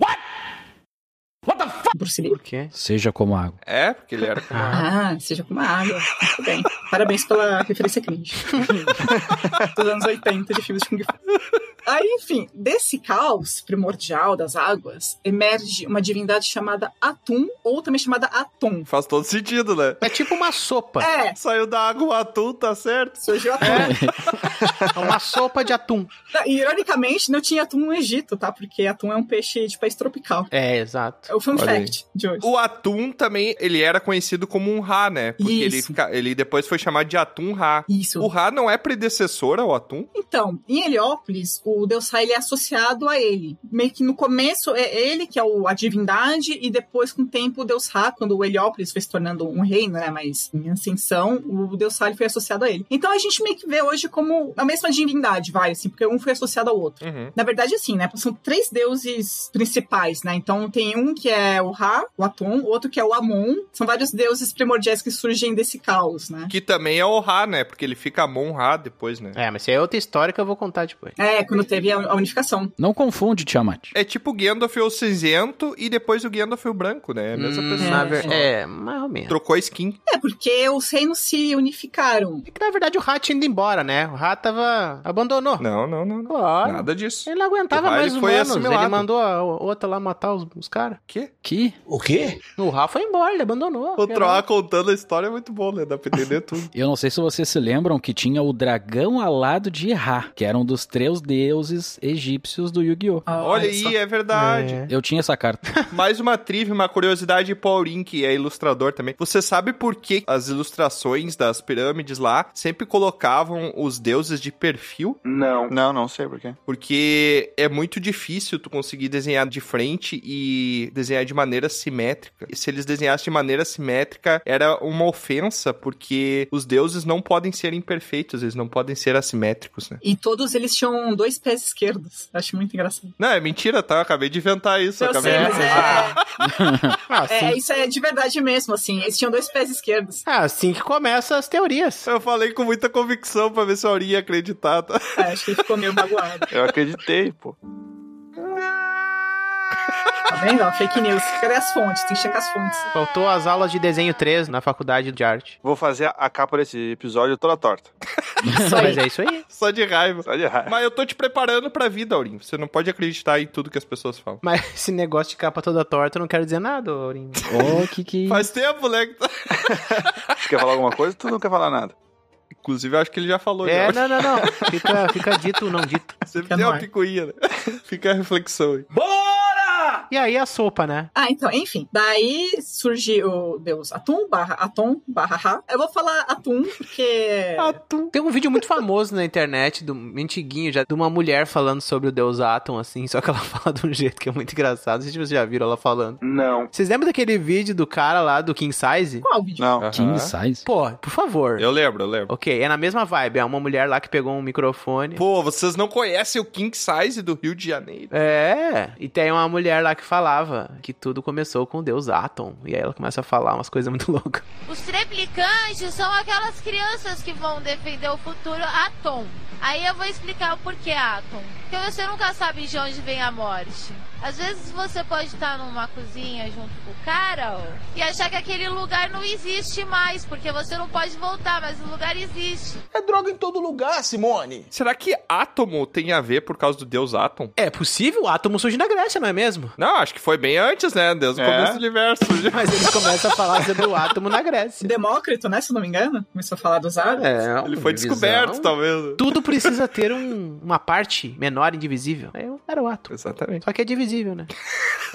Speaker 3: Bruce Lee.
Speaker 6: Por quê?
Speaker 2: Seja como água.
Speaker 1: É, porque ele era.
Speaker 3: Ah, seja com uma água. Muito bem. Parabéns pela referência cringe. Dos anos 80 de filmes de Kung Fu. Aí, enfim, desse caos primordial das águas, emerge uma divindade chamada Atum, ou também chamada Atum.
Speaker 1: Faz todo sentido, né?
Speaker 6: É tipo uma sopa.
Speaker 3: É,
Speaker 1: Saiu da água o atum, tá certo?
Speaker 3: surgiu Atum.
Speaker 6: É uma sopa de atum.
Speaker 3: E, ironicamente, não tinha Atum no Egito, tá? Porque Atum é um peixe de país tropical.
Speaker 6: É, exato.
Speaker 3: É o fun
Speaker 1: Olha aí.
Speaker 3: fact de hoje.
Speaker 1: O atum também, ele era conhecido como um Ra, né? Porque ele,
Speaker 3: Isso.
Speaker 1: fica- ele depois foi chamado de atum Ra.
Speaker 3: Isso.
Speaker 1: O Ra não é predecessor ao atum?
Speaker 3: Então, em Heliópolis, o o Deus Ra ele é associado a ele. Meio que no começo é ele que é o, a divindade, e depois, com o tempo, o Deus Ra, quando o Heliópolis foi se tornando um reino, né? Mas em ascensão, o Deus Ra ele foi associado a ele. Então a gente meio que vê hoje como a mesma divindade, vai, assim, porque um foi associado ao outro.
Speaker 1: Uhum.
Speaker 3: Na verdade, assim, né? São três deuses principais, né? Então tem um que é o Ra, o Atum, outro que é o Amon. São vários deuses primordiais que surgem desse caos, né?
Speaker 1: Que também é o Ra, né? Porque ele fica Amon Ra depois, né?
Speaker 6: É, mas isso é outra história que eu vou contar depois.
Speaker 3: É, quando teve a a unificação.
Speaker 2: Não confunde, Tiamat.
Speaker 1: É tipo o Gandalf o cinzento e depois o Gandalf o branco, né? É a mesma pessoa.
Speaker 6: Hum, na
Speaker 1: só
Speaker 6: ver- é, mais ou menos.
Speaker 1: Trocou a skin.
Speaker 3: É, porque os reinos se unificaram.
Speaker 6: É que na verdade o rato tinha ido embora, né? O rato tava. abandonou.
Speaker 1: Não, não, não. não.
Speaker 6: Claro. É.
Speaker 1: Nada disso.
Speaker 6: Ele não aguentava
Speaker 1: O Ra,
Speaker 6: mais
Speaker 1: ele
Speaker 6: os
Speaker 1: foi assim,
Speaker 6: humanos. Ele
Speaker 1: assimilado.
Speaker 6: mandou a outra lá matar os, os caras.
Speaker 1: Que?
Speaker 2: Que?
Speaker 11: O quê?
Speaker 6: O Ra foi embora, ele abandonou. um-
Speaker 1: O Troá contando a história é muito bom, né? Dá pra entender tudo.
Speaker 2: Eu não sei se vocês se lembram que tinha o dragão alado de Ra, que era um dos três deuses egípcios do Yu-Gi-Oh!
Speaker 3: Ah,
Speaker 1: Olha
Speaker 3: só.
Speaker 1: aí, é verdade.
Speaker 6: É.
Speaker 2: Eu tinha essa carta.
Speaker 1: Mais uma trivia, uma curiosidade pro Aurim, que é ilustrador também. Você sabe por que as ilustrações das pirâmides lá sempre colocavam os deuses de perfil?
Speaker 6: É.
Speaker 5: Não. Não, não sei porquê.
Speaker 1: Porque é muito difícil tu conseguir desenhar de frente e desenhar de maneira simétrica. E se eles desenhassem de maneira simétrica, era uma ofensa, porque os deuses não podem ser imperfeitos, eles não podem ser assimétricos, né?
Speaker 3: E todos eles tinham dois pés esquerdos. Acho muito engraçado.
Speaker 1: Não, é mentira, tá? Eu acabei de inventar isso.
Speaker 3: Eu
Speaker 1: acabei
Speaker 3: sei,
Speaker 1: de
Speaker 3: mas é,
Speaker 1: inventar.
Speaker 6: Ah, assim,
Speaker 3: é, Isso é de verdade mesmo, assim. Eles tinham dois pés esquerdos.
Speaker 6: ah, assim que começa as teorias.
Speaker 1: Eu falei com muita convicção pra ver se a Aurim ia acreditar, tá?
Speaker 3: É, acho que ele ficou meio magoado.
Speaker 5: Eu acreditei, pô.
Speaker 3: Tá vendo? ó? fake news. Cadê as fontes? Tem que checar as fontes.
Speaker 6: Faltou as aulas de desenho 3 na faculdade de arte.
Speaker 5: Vou fazer a capa desse episódio toda torta.
Speaker 3: Isso aí.
Speaker 6: Mas é isso aí.
Speaker 1: Só de raiva.
Speaker 5: Só de raiva.
Speaker 1: Mas eu tô te preparando pra vida, Aurim. Você não pode acreditar em tudo que as pessoas falam.
Speaker 6: Mas esse negócio de capa toda torta, eu não quero dizer nada, Aurim.
Speaker 2: Ô, Oh, que que...
Speaker 1: Faz tempo, né? que tá-
Speaker 5: Tu quer falar alguma coisa? Tu não quer falar nada.
Speaker 1: Inclusive, eu acho que ele já falou.
Speaker 6: É,
Speaker 1: já.
Speaker 6: não, não, não. Fica, fica dito, não dito.
Speaker 1: Sempre
Speaker 3: né? Fica
Speaker 1: tem
Speaker 3: no
Speaker 1: uma
Speaker 3: ar.
Speaker 1: picuinha, né? Fica a reflexão aí.
Speaker 6: E aí a sopa, né?
Speaker 3: Ah, então, enfim. Daí surge o deus Atum barra Atom barra Ra. Eu vou falar Atum, porque...
Speaker 6: Tem um vídeo muito famoso na internet, do antiguinho já, de uma mulher falando sobre o deus Atom, assim, só que ela fala de um jeito que é muito engraçado. Não sei se vocês já viram ela falando.
Speaker 5: Não.
Speaker 6: Vocês lembram daquele vídeo do cara lá do King Size?
Speaker 3: Qual vídeo?
Speaker 5: Não.
Speaker 2: King size?
Speaker 6: Pô, por favor.
Speaker 1: Eu lembro, eu lembro.
Speaker 6: Ok, é na mesma vibe. É uma mulher lá que pegou um microfone.
Speaker 1: Pô, vocês não conhecem o King Size do Rio de Janeiro?
Speaker 6: É, e tem uma mulher lá que falava que tudo começou com o deus Atom. E aí ela começa a falar umas coisas muito loucas.
Speaker 14: Os treplicantes são aquelas crianças que vão defender o futuro Atom. Aí eu vou explicar o porquê Atom. Porque você nunca sabe de onde vem a morte. Às vezes você pode estar numa cozinha junto com o cara ó, e achar que aquele lugar não existe mais, porque você não pode voltar, mas o lugar existe.
Speaker 12: É droga em todo lugar, Simone.
Speaker 1: Será que átomo tem a ver por causa do deus átomo?
Speaker 6: É possível o átomo surgir na Grécia, não é mesmo?
Speaker 1: Não, acho que foi bem antes, né? Deus
Speaker 5: É.
Speaker 1: começo do universo.
Speaker 6: Mas eles começam a falar sobre o átomo na Grécia.
Speaker 3: Demócrito, né? Se eu não me engano. Começou a falar dos árabes.
Speaker 6: É,
Speaker 1: Ele
Speaker 6: uma
Speaker 1: foi
Speaker 6: divisão.
Speaker 1: descoberto, talvez.
Speaker 6: Tudo precisa ter um- uma parte menor indivisível. Aí Era o átomo.
Speaker 1: Exatamente.
Speaker 6: Só que é divisível, né?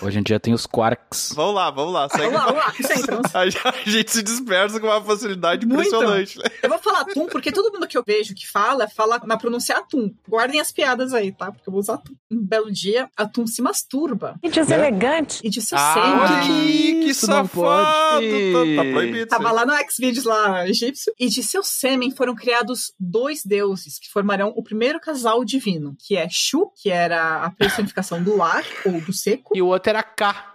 Speaker 2: Hoje em dia tem os quarks.
Speaker 1: Vamos lá, vamos lá. Segue
Speaker 3: Vamos lá,
Speaker 1: o
Speaker 3: vamos lá. Concentra,
Speaker 1: A gente se dispersa com uma facilidade
Speaker 3: Muito.
Speaker 1: impressionante. né?
Speaker 3: Eu vou falar atum, porque todo mundo que eu vejo que fala, fala na pronúncia atum. Guardem as piadas aí, tá? Porque eu vou usar atum. Um belo dia, atum se masturba. E
Speaker 15: Né?
Speaker 3: deselegante. E disse eu
Speaker 6: Ah,
Speaker 1: Olha
Speaker 3: sempre.
Speaker 6: que
Speaker 1: aí, que
Speaker 6: isso, não
Speaker 1: safado!
Speaker 6: pode.
Speaker 1: Tá, tá proibido. isso
Speaker 3: Tava
Speaker 1: aí.
Speaker 3: lá no X-Videos lá, egípcio. E de seu sêmen foram criados dois deuses que formarão o primeiro casal divino, que é Shu, que era a personificação do ar ou do seco,
Speaker 6: E o outro era K.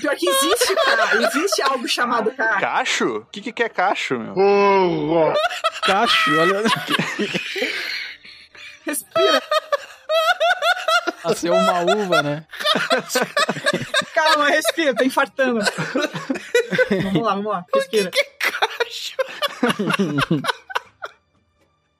Speaker 3: Pior que existe, cara. Existe algo chamado cara.
Speaker 5: Cacho? O que, que que é cacho, meu?
Speaker 13: Hum.
Speaker 2: Cacho, olha...
Speaker 3: Respira.
Speaker 2: Nasceu uma uva, né?
Speaker 3: Calma, respira. Tô infartando. vamos lá, vamos lá. Respira.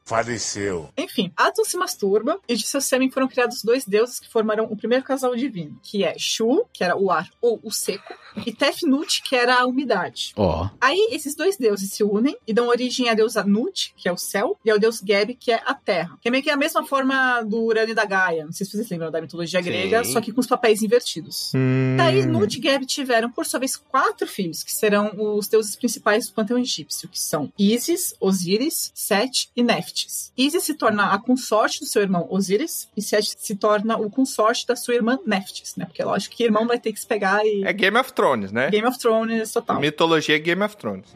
Speaker 13: Faleceu.
Speaker 3: Enfim, Enfim, Atum se masturba e de seu sêmen foram criados dois deuses que formaram o primeiro casal divino, que é Shu, que era o ar ou o seco, e Tefnut, que era a umidade.
Speaker 2: Ó.
Speaker 3: Aí esses dois deuses se unem e dão origem à deusa Nut, que é o céu, e ao deus Geb, que é a terra. Que é meio que a mesma forma do Urano e da Gaia. Não sei se vocês lembram da mitologia
Speaker 16: Sim.
Speaker 3: grega, só que com os papéis invertidos. Daí Nut e Geb tiveram, por sua vez, quatro filhos, que serão os deuses principais do panteão egípcio, que são Isis, Osíris, Set e Neftis. Isis se torna a consorte do seu irmão Osíris, e Set se torna o consorte da sua irmã Neftis, né? Porque é lógico que irmão vai ter que se pegar e...
Speaker 1: É Game of Thrones, né?
Speaker 3: Game of Thrones total.
Speaker 1: Mitologia é Game of Thrones.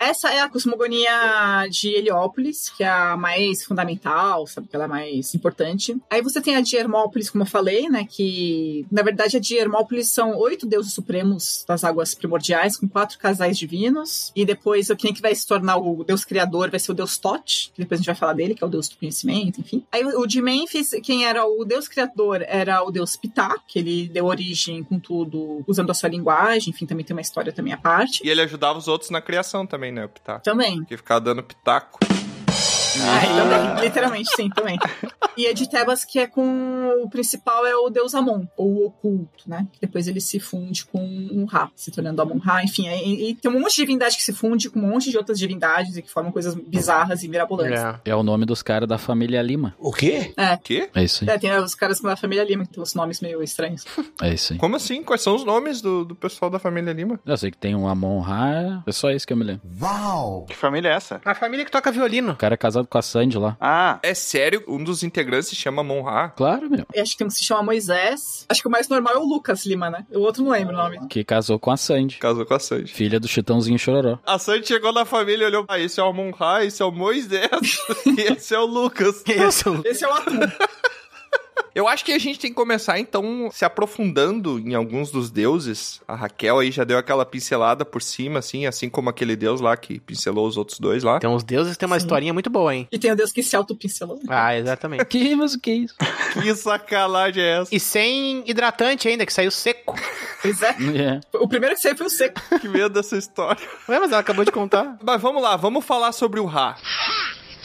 Speaker 3: Essa é a cosmogonia de Heliópolis, que é a mais fundamental, sabe? Que ela é a mais importante. Aí você tem a de Hermópolis, como eu falei, né? Que, na verdade, a de Hermópolis são oito deuses supremos das águas primordiais, com quatro casais divinos. E depois, quem é que vai se tornar o deus criador vai ser o deus Tote, que depois a gente vai falar dele, que é o deus do conhecimento, enfim. Aí o de Memphis, quem era o deus criador era o deus Ptah, que ele deu origem com tudo, usando a sua linguagem, enfim, também tem uma história também à parte.
Speaker 1: E ele ajudava os outros na criação também, né? O Pitaco.
Speaker 3: Também.
Speaker 1: Que ficava dando pitaco.
Speaker 3: Ah, também, literalmente, sim, também. E é de Tebas que é com. O principal é o deus Amon, ou o oculto, né? Que depois ele se funde com um Ra, se tornando Amon Ra, enfim. é- E, e tem um monte de divindade que se funde com um monte de outras divindades e que formam coisas bizarras e mirabolantes.
Speaker 2: É o nome dos caras da família Lima.
Speaker 1: O quê?
Speaker 3: É.
Speaker 1: O quê?
Speaker 2: É isso aí.
Speaker 3: É, tem os caras da família Lima que tem os nomes meio estranhos.
Speaker 2: É isso aí.
Speaker 1: Como assim? Quais são os nomes do, do pessoal da família Lima?
Speaker 2: Eu sei que tem um Amon Ra, é só isso que eu me lembro.
Speaker 1: Uau!
Speaker 5: Que família é essa?
Speaker 6: A família que toca violino.
Speaker 2: O cara é casado com a Sandy lá.
Speaker 5: Ah.
Speaker 1: É sério? Um dos integrantes se chama Monra?
Speaker 2: Claro, meu.
Speaker 3: E acho que tem um que se chama Moisés. Acho que o mais normal é o Lucas Lima, né? O outro não lembro o nome.
Speaker 2: Que casou com a Sandy.
Speaker 1: Casou com a Sandy.
Speaker 2: Filha do Chitãozinho Chororó.
Speaker 1: A Sandy chegou na família e olhou: ah, esse é o Monra, esse é o Moisés, e esse é o Lucas.
Speaker 6: Esse é o...
Speaker 3: Esse é o Atum.
Speaker 1: Eu acho que a gente tem que começar, então, se aprofundando em alguns dos deuses. A Raquel aí já deu aquela pincelada por cima, assim, assim como aquele deus lá que pincelou os outros dois lá.
Speaker 6: Então, os deuses têm uma historinha muito boa, hein?
Speaker 3: E tem o deus que se autopincelou.
Speaker 6: Ah, exatamente.
Speaker 2: que, mas o que é isso?
Speaker 1: que sacanagem é essa?
Speaker 6: E sem hidratante ainda, que saiu seco.
Speaker 3: Pois é.
Speaker 2: É.
Speaker 3: O primeiro que saiu foi o seco.
Speaker 1: Que medo dessa história.
Speaker 6: Ué, mas ela acabou de contar.
Speaker 1: Mas vamos lá, vamos falar sobre o Ra.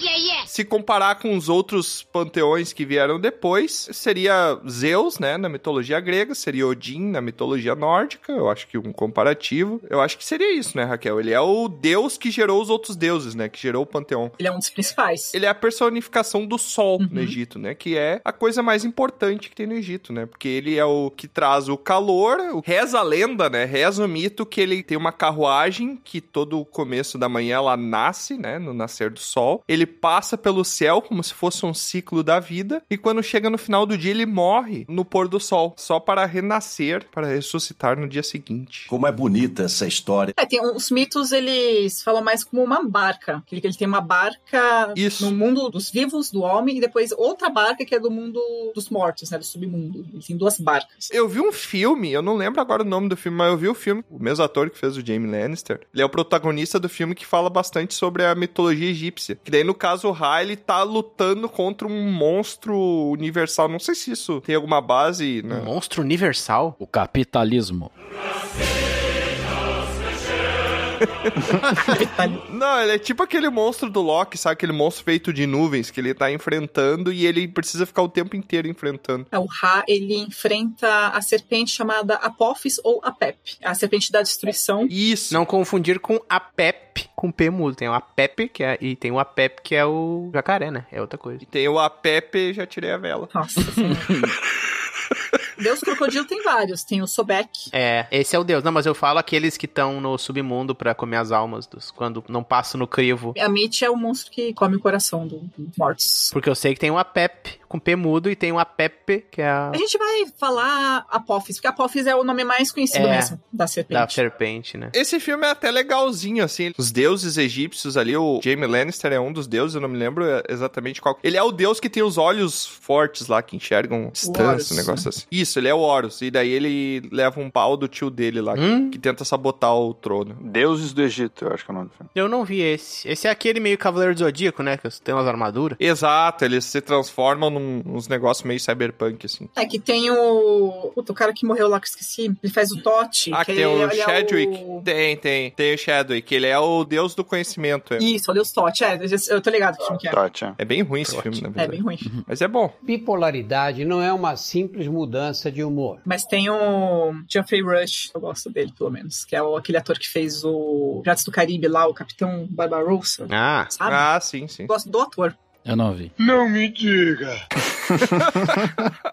Speaker 12: é?
Speaker 1: Se comparar com os outros panteões que vieram depois, seria Zeus, né, na mitologia grega, seria Odin na mitologia nórdica, eu acho que um comparativo. Eu acho que seria isso, né, Raquel? Ele é o deus que gerou os outros deuses, né, que gerou o panteão.
Speaker 3: Ele é um dos principais.
Speaker 1: Ele é a personificação do sol no Egito, né, que é a coisa mais importante que tem no Egito, né, porque ele é o que traz o calor, o- reza a lenda, né, reza o mito que ele tem uma carruagem que todo o começo da manhã ela nasce, né, no nascer do sol. Ele passa pelo céu como se fosse um ciclo da vida e quando chega no final do dia ele morre no pôr do sol, só para renascer, para ressuscitar no dia seguinte.
Speaker 17: Como é bonita essa história.
Speaker 3: É, tem os mitos, eles falam mais como uma barca. Ele, ele tem uma barca no mundo dos vivos, do homem, e depois outra barca que é do mundo dos mortos, né? Do submundo. Ele tem duas barcas.
Speaker 1: Eu vi um filme, eu não lembro agora o nome do filme, mas eu vi o filme, o mesmo ator que fez o Jamie Lannister, ele é o protagonista do filme que fala bastante sobre a mitologia egípcia. Que daí, no caso, o Ra, ele tá lutando contra um monstro universal. Não sei se isso tem alguma base... Né?
Speaker 6: monstro universal?
Speaker 2: O capitalismo.
Speaker 1: Não, ele é tipo aquele monstro do Loki, sabe? Aquele monstro feito de nuvens que ele tá enfrentando e ele precisa ficar o tempo inteiro enfrentando.
Speaker 3: É, O Ra, ele enfrenta a serpente chamada Apophis ou Apep. É A serpente da destruição.
Speaker 1: Isso.
Speaker 6: Não confundir com a PEP, com P mudo. Tem o APEP, que é, e tem o APEP, que é o jacaré, né? É outra coisa.
Speaker 1: E tem o Apepe, já tirei a vela.
Speaker 3: Nossa assim. Deus Crocodilo tem vários. Tem o Sobek.
Speaker 6: É, esse é o deus. Não, mas eu falo aqueles que estão no submundo pra comer as almas dos quando não passam no crivo.
Speaker 3: A Mit é o monstro que come o coração do- dos mortos.
Speaker 6: Porque eu sei que tem um APEP com P mudo e tem um APEP que é a
Speaker 3: A gente vai falar Apophis, porque Apophis é o nome mais conhecido
Speaker 6: É.
Speaker 3: mesmo da serpente.
Speaker 6: da serpente, né?
Speaker 1: Esse filme é até legalzinho, assim. Os deuses egípcios ali, o Jamie Lannister é um dos deuses, eu não me lembro exatamente qual. Ele é o deus que tem os olhos fortes lá, que enxergam
Speaker 5: Horus,
Speaker 1: distância, um negócio
Speaker 5: né?
Speaker 1: assim. Isso, ele é o Horus. E daí ele leva um pau do tio dele lá, que-
Speaker 6: Hum?
Speaker 1: que tenta sabotar o trono.
Speaker 5: Deuses do Egito, eu acho que é o nome do filme.
Speaker 6: Eu não vi esse. Esse é aquele meio Cavaleiro do Zodíaco, né? Que tem umas armaduras.
Speaker 1: Exato, eles se transformam num num- uns negócios meio cyberpunk, assim.
Speaker 3: É que tem o. Puta, o cara que morreu lá que eu esqueci. Ele faz o Tote.
Speaker 1: Ah,
Speaker 3: que
Speaker 1: que tem o
Speaker 3: ele é
Speaker 1: Chadwick. Tem, tem. Tem o Chadwick. Ele é o deus do conhecimento. É,
Speaker 3: Isso, olha os Tote. É, eu já- eu tô ligado que filme que é.
Speaker 5: Tá,
Speaker 1: é bem ruim esse filme, na
Speaker 3: É
Speaker 1: verdade.
Speaker 3: bem ruim.
Speaker 1: Mas é bom.
Speaker 16: Bipolaridade não é uma simples mudança de humor.
Speaker 3: Mas tem o Geoffrey Rush, eu gosto dele, pelo menos. Que é o- aquele ator que fez o Piratas do Caribe lá, o Capitão Barbarossa.
Speaker 6: Ah,
Speaker 3: Sabe?
Speaker 1: ah sim, sim.
Speaker 3: Gosto do ator.
Speaker 2: Eu não vi.
Speaker 3: Não me diga.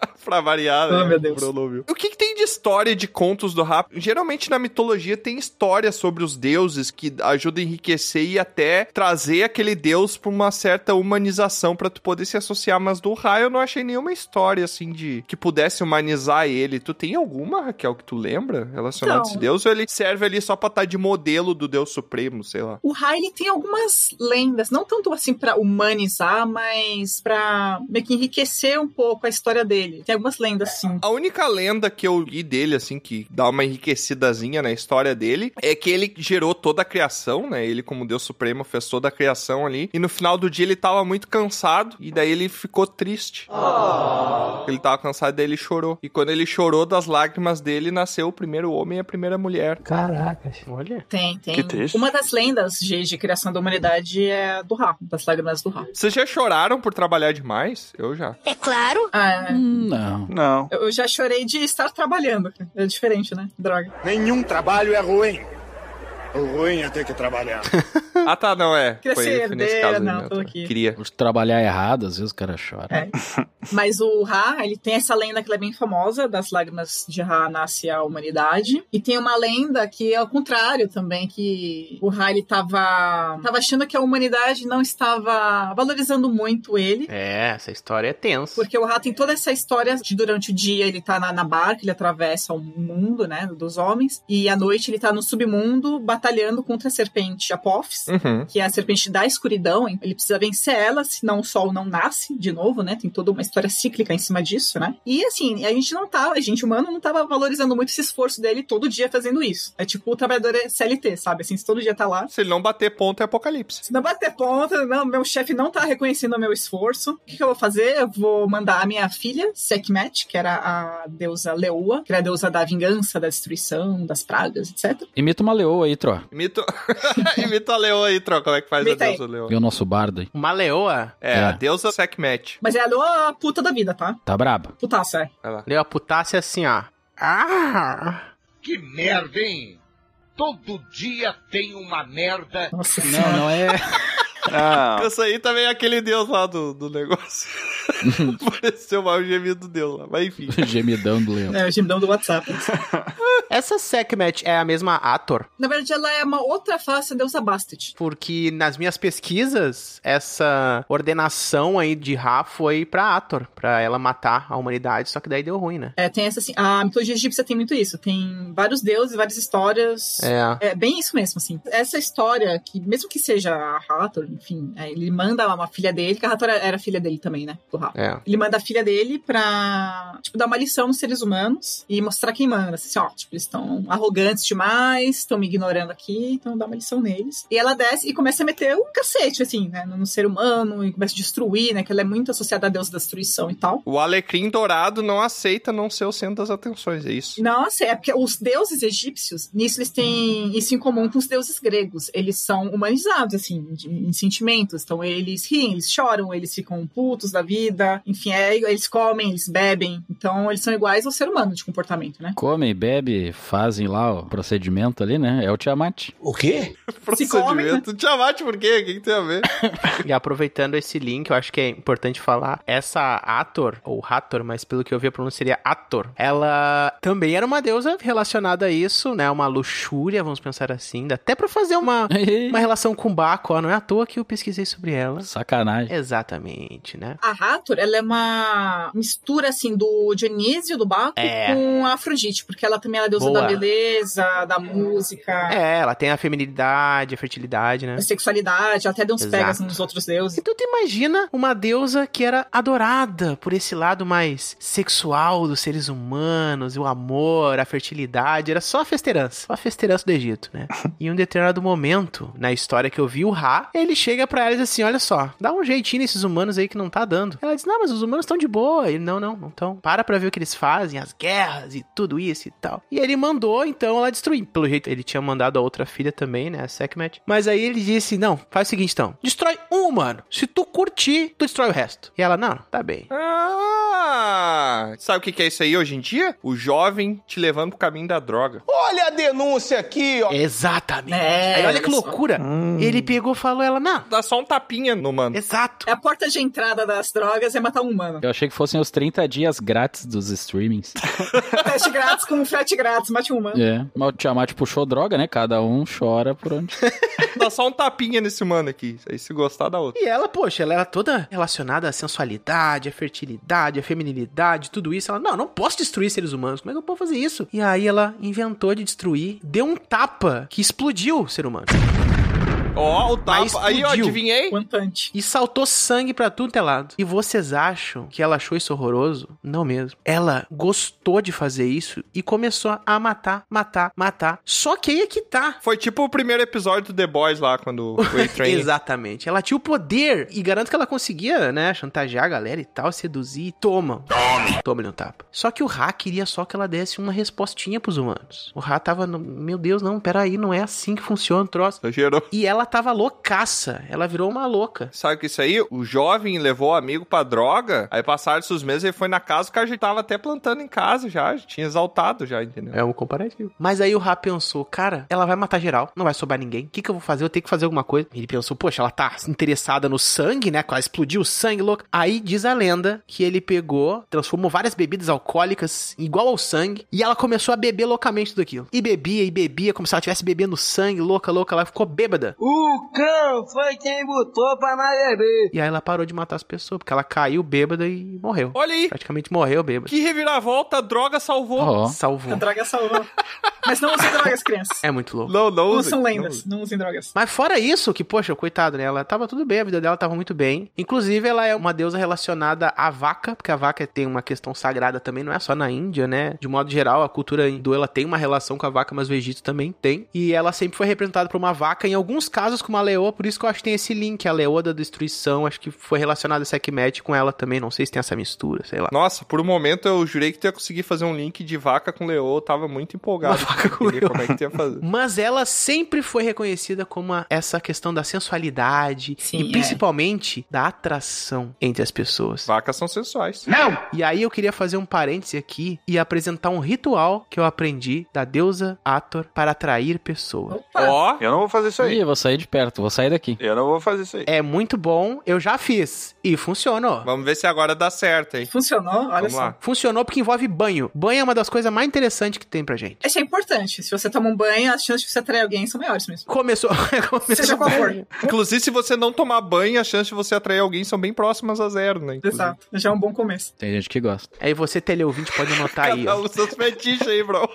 Speaker 1: Pra variar, né?
Speaker 3: Ah, meu Deus.
Speaker 1: Bruno viu. O que, que tem de história de contos do Rap? Geralmente na mitologia tem história sobre os deuses que ajudam a enriquecer e até trazer aquele deus pra uma certa humanização pra tu poder se associar, mas do Ra eu não achei nenhuma história assim de que pudesse humanizar ele. Tu tem alguma, Raquel, que tu lembra relacionada a esse
Speaker 3: Não.
Speaker 1: deus ou ele serve ali só pra estar de modelo do deus supremo, sei lá?
Speaker 3: O Rai ele tem algumas lendas, não tanto assim pra humanizar, mas pra meio que enriquecer um pouco a história dele. Tem algumas lendas sim.
Speaker 1: A única lenda que eu li dele, assim, que dá uma enriquecidazinha na história dele, é que ele gerou toda a criação, né? Ele, como Deus Supremo, fez toda a criação ali. E no final do dia ele tava muito cansado, e daí ele ficou triste.
Speaker 3: Oh.
Speaker 1: Ele tava cansado, daí ele chorou. E quando ele chorou das lágrimas dele, nasceu o primeiro homem e a primeira mulher.
Speaker 6: Caracas. Olha.
Speaker 3: Tem, tem.
Speaker 1: Que triste.
Speaker 3: Uma das lendas de, de criação da humanidade é a do Ra, das lágrimas do Ra.
Speaker 1: Vocês já choraram por trabalhar demais? Eu já.
Speaker 3: É claro. Ah,
Speaker 2: Não.
Speaker 1: Não.
Speaker 3: eu eu já chorei de estar trabalhando. É diferente, né? Droga.
Speaker 4: Nenhum trabalho é ruim. O ruim é ter que trabalhar.
Speaker 1: Ah, tá, não, é.
Speaker 3: Queria
Speaker 2: Foi
Speaker 3: ser
Speaker 2: foi nesse
Speaker 3: herdeira,
Speaker 2: caso aí,
Speaker 3: não,
Speaker 2: né?
Speaker 3: tô aqui.
Speaker 1: Queria.
Speaker 2: Por trabalhar errado, às vezes o cara chora.
Speaker 3: É. Mas o Ra, ele tem essa lenda que ela é bem famosa, das lágrimas de Ra nasce a humanidade. E tem uma lenda que é o contrário também, que o Ra, ele tava, tava achando que a humanidade não estava valorizando muito ele.
Speaker 6: É, essa história é tensa.
Speaker 3: Porque o Ra tem toda essa história de durante o dia ele tá na, na barca, ele atravessa o mundo, né, dos homens. E à noite ele tá no submundo batalhando contra a serpente Apophis
Speaker 1: Uhum.
Speaker 3: que é a serpente da escuridão, hein? ele precisa vencer ela, senão o sol não nasce de novo, né? Tem toda uma história cíclica em cima disso, né? E assim, a gente não tá, a gente humano não tava valorizando muito esse esforço dele todo dia fazendo isso. É tipo o trabalhador é CLT, sabe? Assim, se todo dia tá lá.
Speaker 1: Se ele não bater ponto, é apocalipse.
Speaker 3: Se não bater ponta, não, meu chefe não tá reconhecendo o meu esforço. O que, que eu vou fazer? Eu vou mandar a minha filha, Sekhmet, que era a deusa Leoa, que era a deusa da vingança, da destruição, das pragas, etc.
Speaker 2: Imita uma leoa aí, Tro.
Speaker 1: Imita, Imita a leoa aí, Tro. Como é que faz
Speaker 3: Imita
Speaker 1: a
Speaker 3: aí.
Speaker 1: deusa leoa?
Speaker 2: E o nosso bardo aí.
Speaker 6: Uma leoa?
Speaker 1: É, a deusa Sekhmet.
Speaker 3: Mas é a Leoa puta da vida, tá?
Speaker 2: Tá brabo.
Speaker 3: Putaça, é.
Speaker 1: Vai lá.
Speaker 6: Leoa putasse assim, ó. Ah!
Speaker 18: Que merda, hein? Todo dia tem uma merda.
Speaker 2: Nossa, não, não é.
Speaker 1: Essa
Speaker 5: Ah,
Speaker 1: aí também é aquele deus lá do, do negócio. Pareceu mal o gemido do deus lá. Mas enfim.
Speaker 2: Gemidão do leão.
Speaker 3: É o gemidão do WhatsApp.
Speaker 6: Essa Sekhmet é a mesma Ator?
Speaker 3: Na verdade, ela é uma outra face da deusa Bastet.
Speaker 6: Porque nas minhas pesquisas, essa ordenação aí de Ra foi pra Ator, pra ela matar a humanidade, só que daí deu ruim, né?
Speaker 3: É, tem essa assim. A mitologia egípcia tem muito isso. Tem vários deuses, várias histórias.
Speaker 6: É.
Speaker 3: bem isso mesmo, assim. Essa história, que mesmo que seja a Hathor, enfim, é, ele manda uma filha dele, que a Hathor era filha dele também, né? Do Ra.
Speaker 6: É.
Speaker 3: Ele manda a filha dele pra, tipo, dar uma lição nos seres humanos e mostrar quem manda. Assim, ó, tipo, eles estão arrogantes demais, estão me ignorando aqui, então dá uma lição neles. E ela desce e começa a meter o cacete, assim, né, no, no ser humano e começa a destruir, né, que ela é muito associada à deusa da destruição e tal.
Speaker 1: O alecrim dourado não aceita não ser o centro das atenções, é isso?
Speaker 3: Nossa, é porque os deuses egípcios, nisso eles têm isso em comum com os deuses gregos. Eles são humanizados, assim, de- em sentimentos. Então eles riem, eles choram, eles ficam putos da vida. Enfim, é- eles comem, eles bebem. Então eles são iguais ao ser humano de comportamento, né?
Speaker 2: Comem, bebe, fazem lá o procedimento ali, né? É o Tiamat.
Speaker 6: O quê?
Speaker 3: né?
Speaker 1: Procedimento. Tiamat, por quê? O que, que tem a ver?
Speaker 6: E aproveitando esse link, eu acho que é importante falar. Essa Ator, ou Hathor, mas pelo que eu vi a pronúncia seria Ator. Ela também era uma deusa relacionada a isso, né? Uma luxúria, vamos pensar assim. Dá até pra fazer uma, uma relação com Baco, ó. Não é à toa que eu pesquisei sobre ela.
Speaker 2: Sacanagem.
Speaker 6: Exatamente, né?
Speaker 3: A Hathor, ela é uma mistura, assim, do Dionísio, do Baco,
Speaker 6: É.
Speaker 3: com a Afrodite, porque ela também era deusa
Speaker 6: Boa.
Speaker 3: da beleza, da música,
Speaker 6: É, ela tem a feminilidade, a fertilidade, né?
Speaker 3: da sexualidade, ela até deu uns
Speaker 6: Exato.
Speaker 3: pegas nos outros deuses.
Speaker 6: Então tu imagina uma deusa que era adorada por esse lado mais sexual dos seres humanos, o amor, a fertilidade, era só a festeirança, só a festeirança do Egito, né? E em um determinado momento, na história que eu vi, o Ra, ele chega pra ela e diz assim, olha só, dá um jeitinho nesses humanos aí que não tá dando. Ela diz, não, mas os humanos estão de boa. Ele, não, não, não estão. Para pra ver o que eles fazem, as guerras e tudo isso e tal. E ele mandou, então, ela destruir. Pelo jeito, ele tinha mandado a outra filha também, né, a Sekhmet. Mas aí ele disse, não, faz o seguinte, então, destrói um humano. Se tu curtir, tu destrói o resto. E ela, não, tá bem.
Speaker 1: Ah! Sabe o que que é isso aí hoje em dia? O jovem te levando pro caminho da droga.
Speaker 6: Olha a denúncia aqui, ó. Exatamente.
Speaker 3: É,
Speaker 6: Aí olha
Speaker 3: olha
Speaker 6: que
Speaker 3: só. Hum.
Speaker 6: loucura. Ele pegou e falou ela, não.
Speaker 1: Dá só um tapinha no mano.
Speaker 6: Exato.
Speaker 3: É A porta de entrada das drogas é matar um humano.
Speaker 2: Eu achei que fossem os 30 dias grátis dos streamings.
Speaker 3: Teste grátis com frete grátis, mate um humano.
Speaker 2: é. Mas o Tiamat puxou droga, né? Cada um chora por onde.
Speaker 1: Dá só um tapinha nesse mano aqui. Aí se gostar, dá outro.
Speaker 6: E ela, poxa, ela era toda relacionada à sensualidade, à fertilidade, à feminilidade, tudo isso. Ela, não, não posso destruir seres humanos. Como é que eu posso fazer isso? E aí ela inventou de destruir, deu um tapa que explodiu o ser humano.
Speaker 1: Ó, o
Speaker 6: Mas
Speaker 1: tapa. Aí, ó,
Speaker 6: explodiu.
Speaker 1: adivinhei?
Speaker 3: Quantante.
Speaker 6: E saltou sangue pra tudo que é lado. E vocês acham que ela achou isso horroroso? Não mesmo. Ela gostou de fazer isso e começou a matar, matar, matar. Só que aí é que tá.
Speaker 1: Foi tipo o primeiro episódio do The Boys lá, quando foi train.
Speaker 6: Exatamente. Ela tinha o poder e garanto que ela conseguia, né, chantagear a galera e tal, seduzir. Toma. Tome. Toma-lhe um tapa. Só que o Ra queria só que ela desse uma respostinha pros humanos. O Ra tava, no... meu Deus, não, peraí, não é assim que funciona o troço.
Speaker 1: Gerou.
Speaker 6: E ela tava loucaça. Ela virou uma louca.
Speaker 1: Sabe o que é isso aí? O jovem levou o amigo pra droga, aí passaram-se os meses, ele foi na casa, o cara já tava até plantando em casa já, já tinha exaltado já, entendeu?
Speaker 6: É um comparativo. Mas aí o Ra pensou, cara, ela vai matar geral, não vai sobrar ninguém. O que, que eu vou fazer? Eu tenho que fazer alguma coisa. Ele pensou, poxa, ela tá interessada no sangue, né? Quase explodiu o sangue, louco. Aí diz a lenda que ele pegou, transformou várias bebidas alcoólicas igual ao sangue e ela começou a beber loucamente tudo aquilo. E bebia, e bebia, como se ela estivesse bebendo sangue, louca, louca. Ela ficou bêbada.
Speaker 13: O cão foi quem botou pra nós beber.
Speaker 6: E aí ela parou de matar as pessoas, porque ela caiu bêbada e morreu.
Speaker 1: Olha aí,
Speaker 6: Praticamente morreu bêbada.
Speaker 1: que reviravolta, a droga
Speaker 6: Ah,
Speaker 1: salvou.
Speaker 3: A
Speaker 6: Salvou.
Speaker 3: droga salvou. Mas não usem drogas, crianças.
Speaker 6: É muito louco.
Speaker 1: Não, não,
Speaker 3: Não
Speaker 1: usem,
Speaker 3: são
Speaker 1: não
Speaker 3: lendas, não usem drogas.
Speaker 6: Mas fora isso, que, poxa, coitado, né? Ela tava tudo bem, a vida dela tava muito bem. Inclusive, ela é uma deusa relacionada à vaca, porque a vaca tem uma questão sagrada também, não é só na Índia, né? De modo geral, a cultura hindu, ela tem uma relação com a vaca, mas o Egito também tem. E ela sempre foi representada por uma vaca, em alguns casos com uma leoa, por isso que eu acho que tem esse link, a leoa da destruição, acho que foi relacionada a Sekhmet com ela também, não sei se tem essa mistura, sei lá.
Speaker 1: Nossa, por um momento eu jurei que tu ia conseguir fazer um link de vaca com leô, eu tava muito empolgado.
Speaker 6: Uma vaca com
Speaker 1: Entender
Speaker 6: leoa.
Speaker 1: Como é que tu ia fazer?
Speaker 6: Mas ela sempre foi reconhecida como a- essa questão da sensualidade
Speaker 3: Sim,
Speaker 6: e
Speaker 3: é.
Speaker 6: principalmente da atração entre as pessoas.
Speaker 1: Vacas são sensuais.
Speaker 6: E aí eu queria fazer um parêntese aqui e apresentar um ritual que eu aprendi da deusa Ator para atrair pessoas.
Speaker 3: Opa,
Speaker 1: Ó,
Speaker 6: É.
Speaker 5: Eu não vou fazer isso
Speaker 2: Ih,
Speaker 5: aí.
Speaker 2: eu vou sair de perto, vou sair daqui.
Speaker 5: Eu não vou fazer isso aí.
Speaker 6: É muito bom, eu já fiz e funcionou.
Speaker 1: vamos ver se agora dá certo, hein?
Speaker 3: funcionou, olha
Speaker 1: Vamos
Speaker 3: só.
Speaker 1: lá.
Speaker 6: Funcionou porque envolve banho. Banho é uma das coisas mais interessantes que tem pra gente.
Speaker 3: Isso é importante. Se você toma um banho, as chances de você atrair alguém são maiores mesmo.
Speaker 6: Começou. começou
Speaker 3: Seja qual for.
Speaker 6: banho.
Speaker 1: Inclusive, se você não tomar banho, a chance de você atrair alguém são bem próximas a zero, né? Inclusive.
Speaker 3: Exato. Já é um bom começo.
Speaker 2: Tem gente que gosta.
Speaker 6: Aí você, teleouvinte, pode anotar aí,
Speaker 1: Cada
Speaker 6: ó.
Speaker 1: um seus fetiches aí, bro.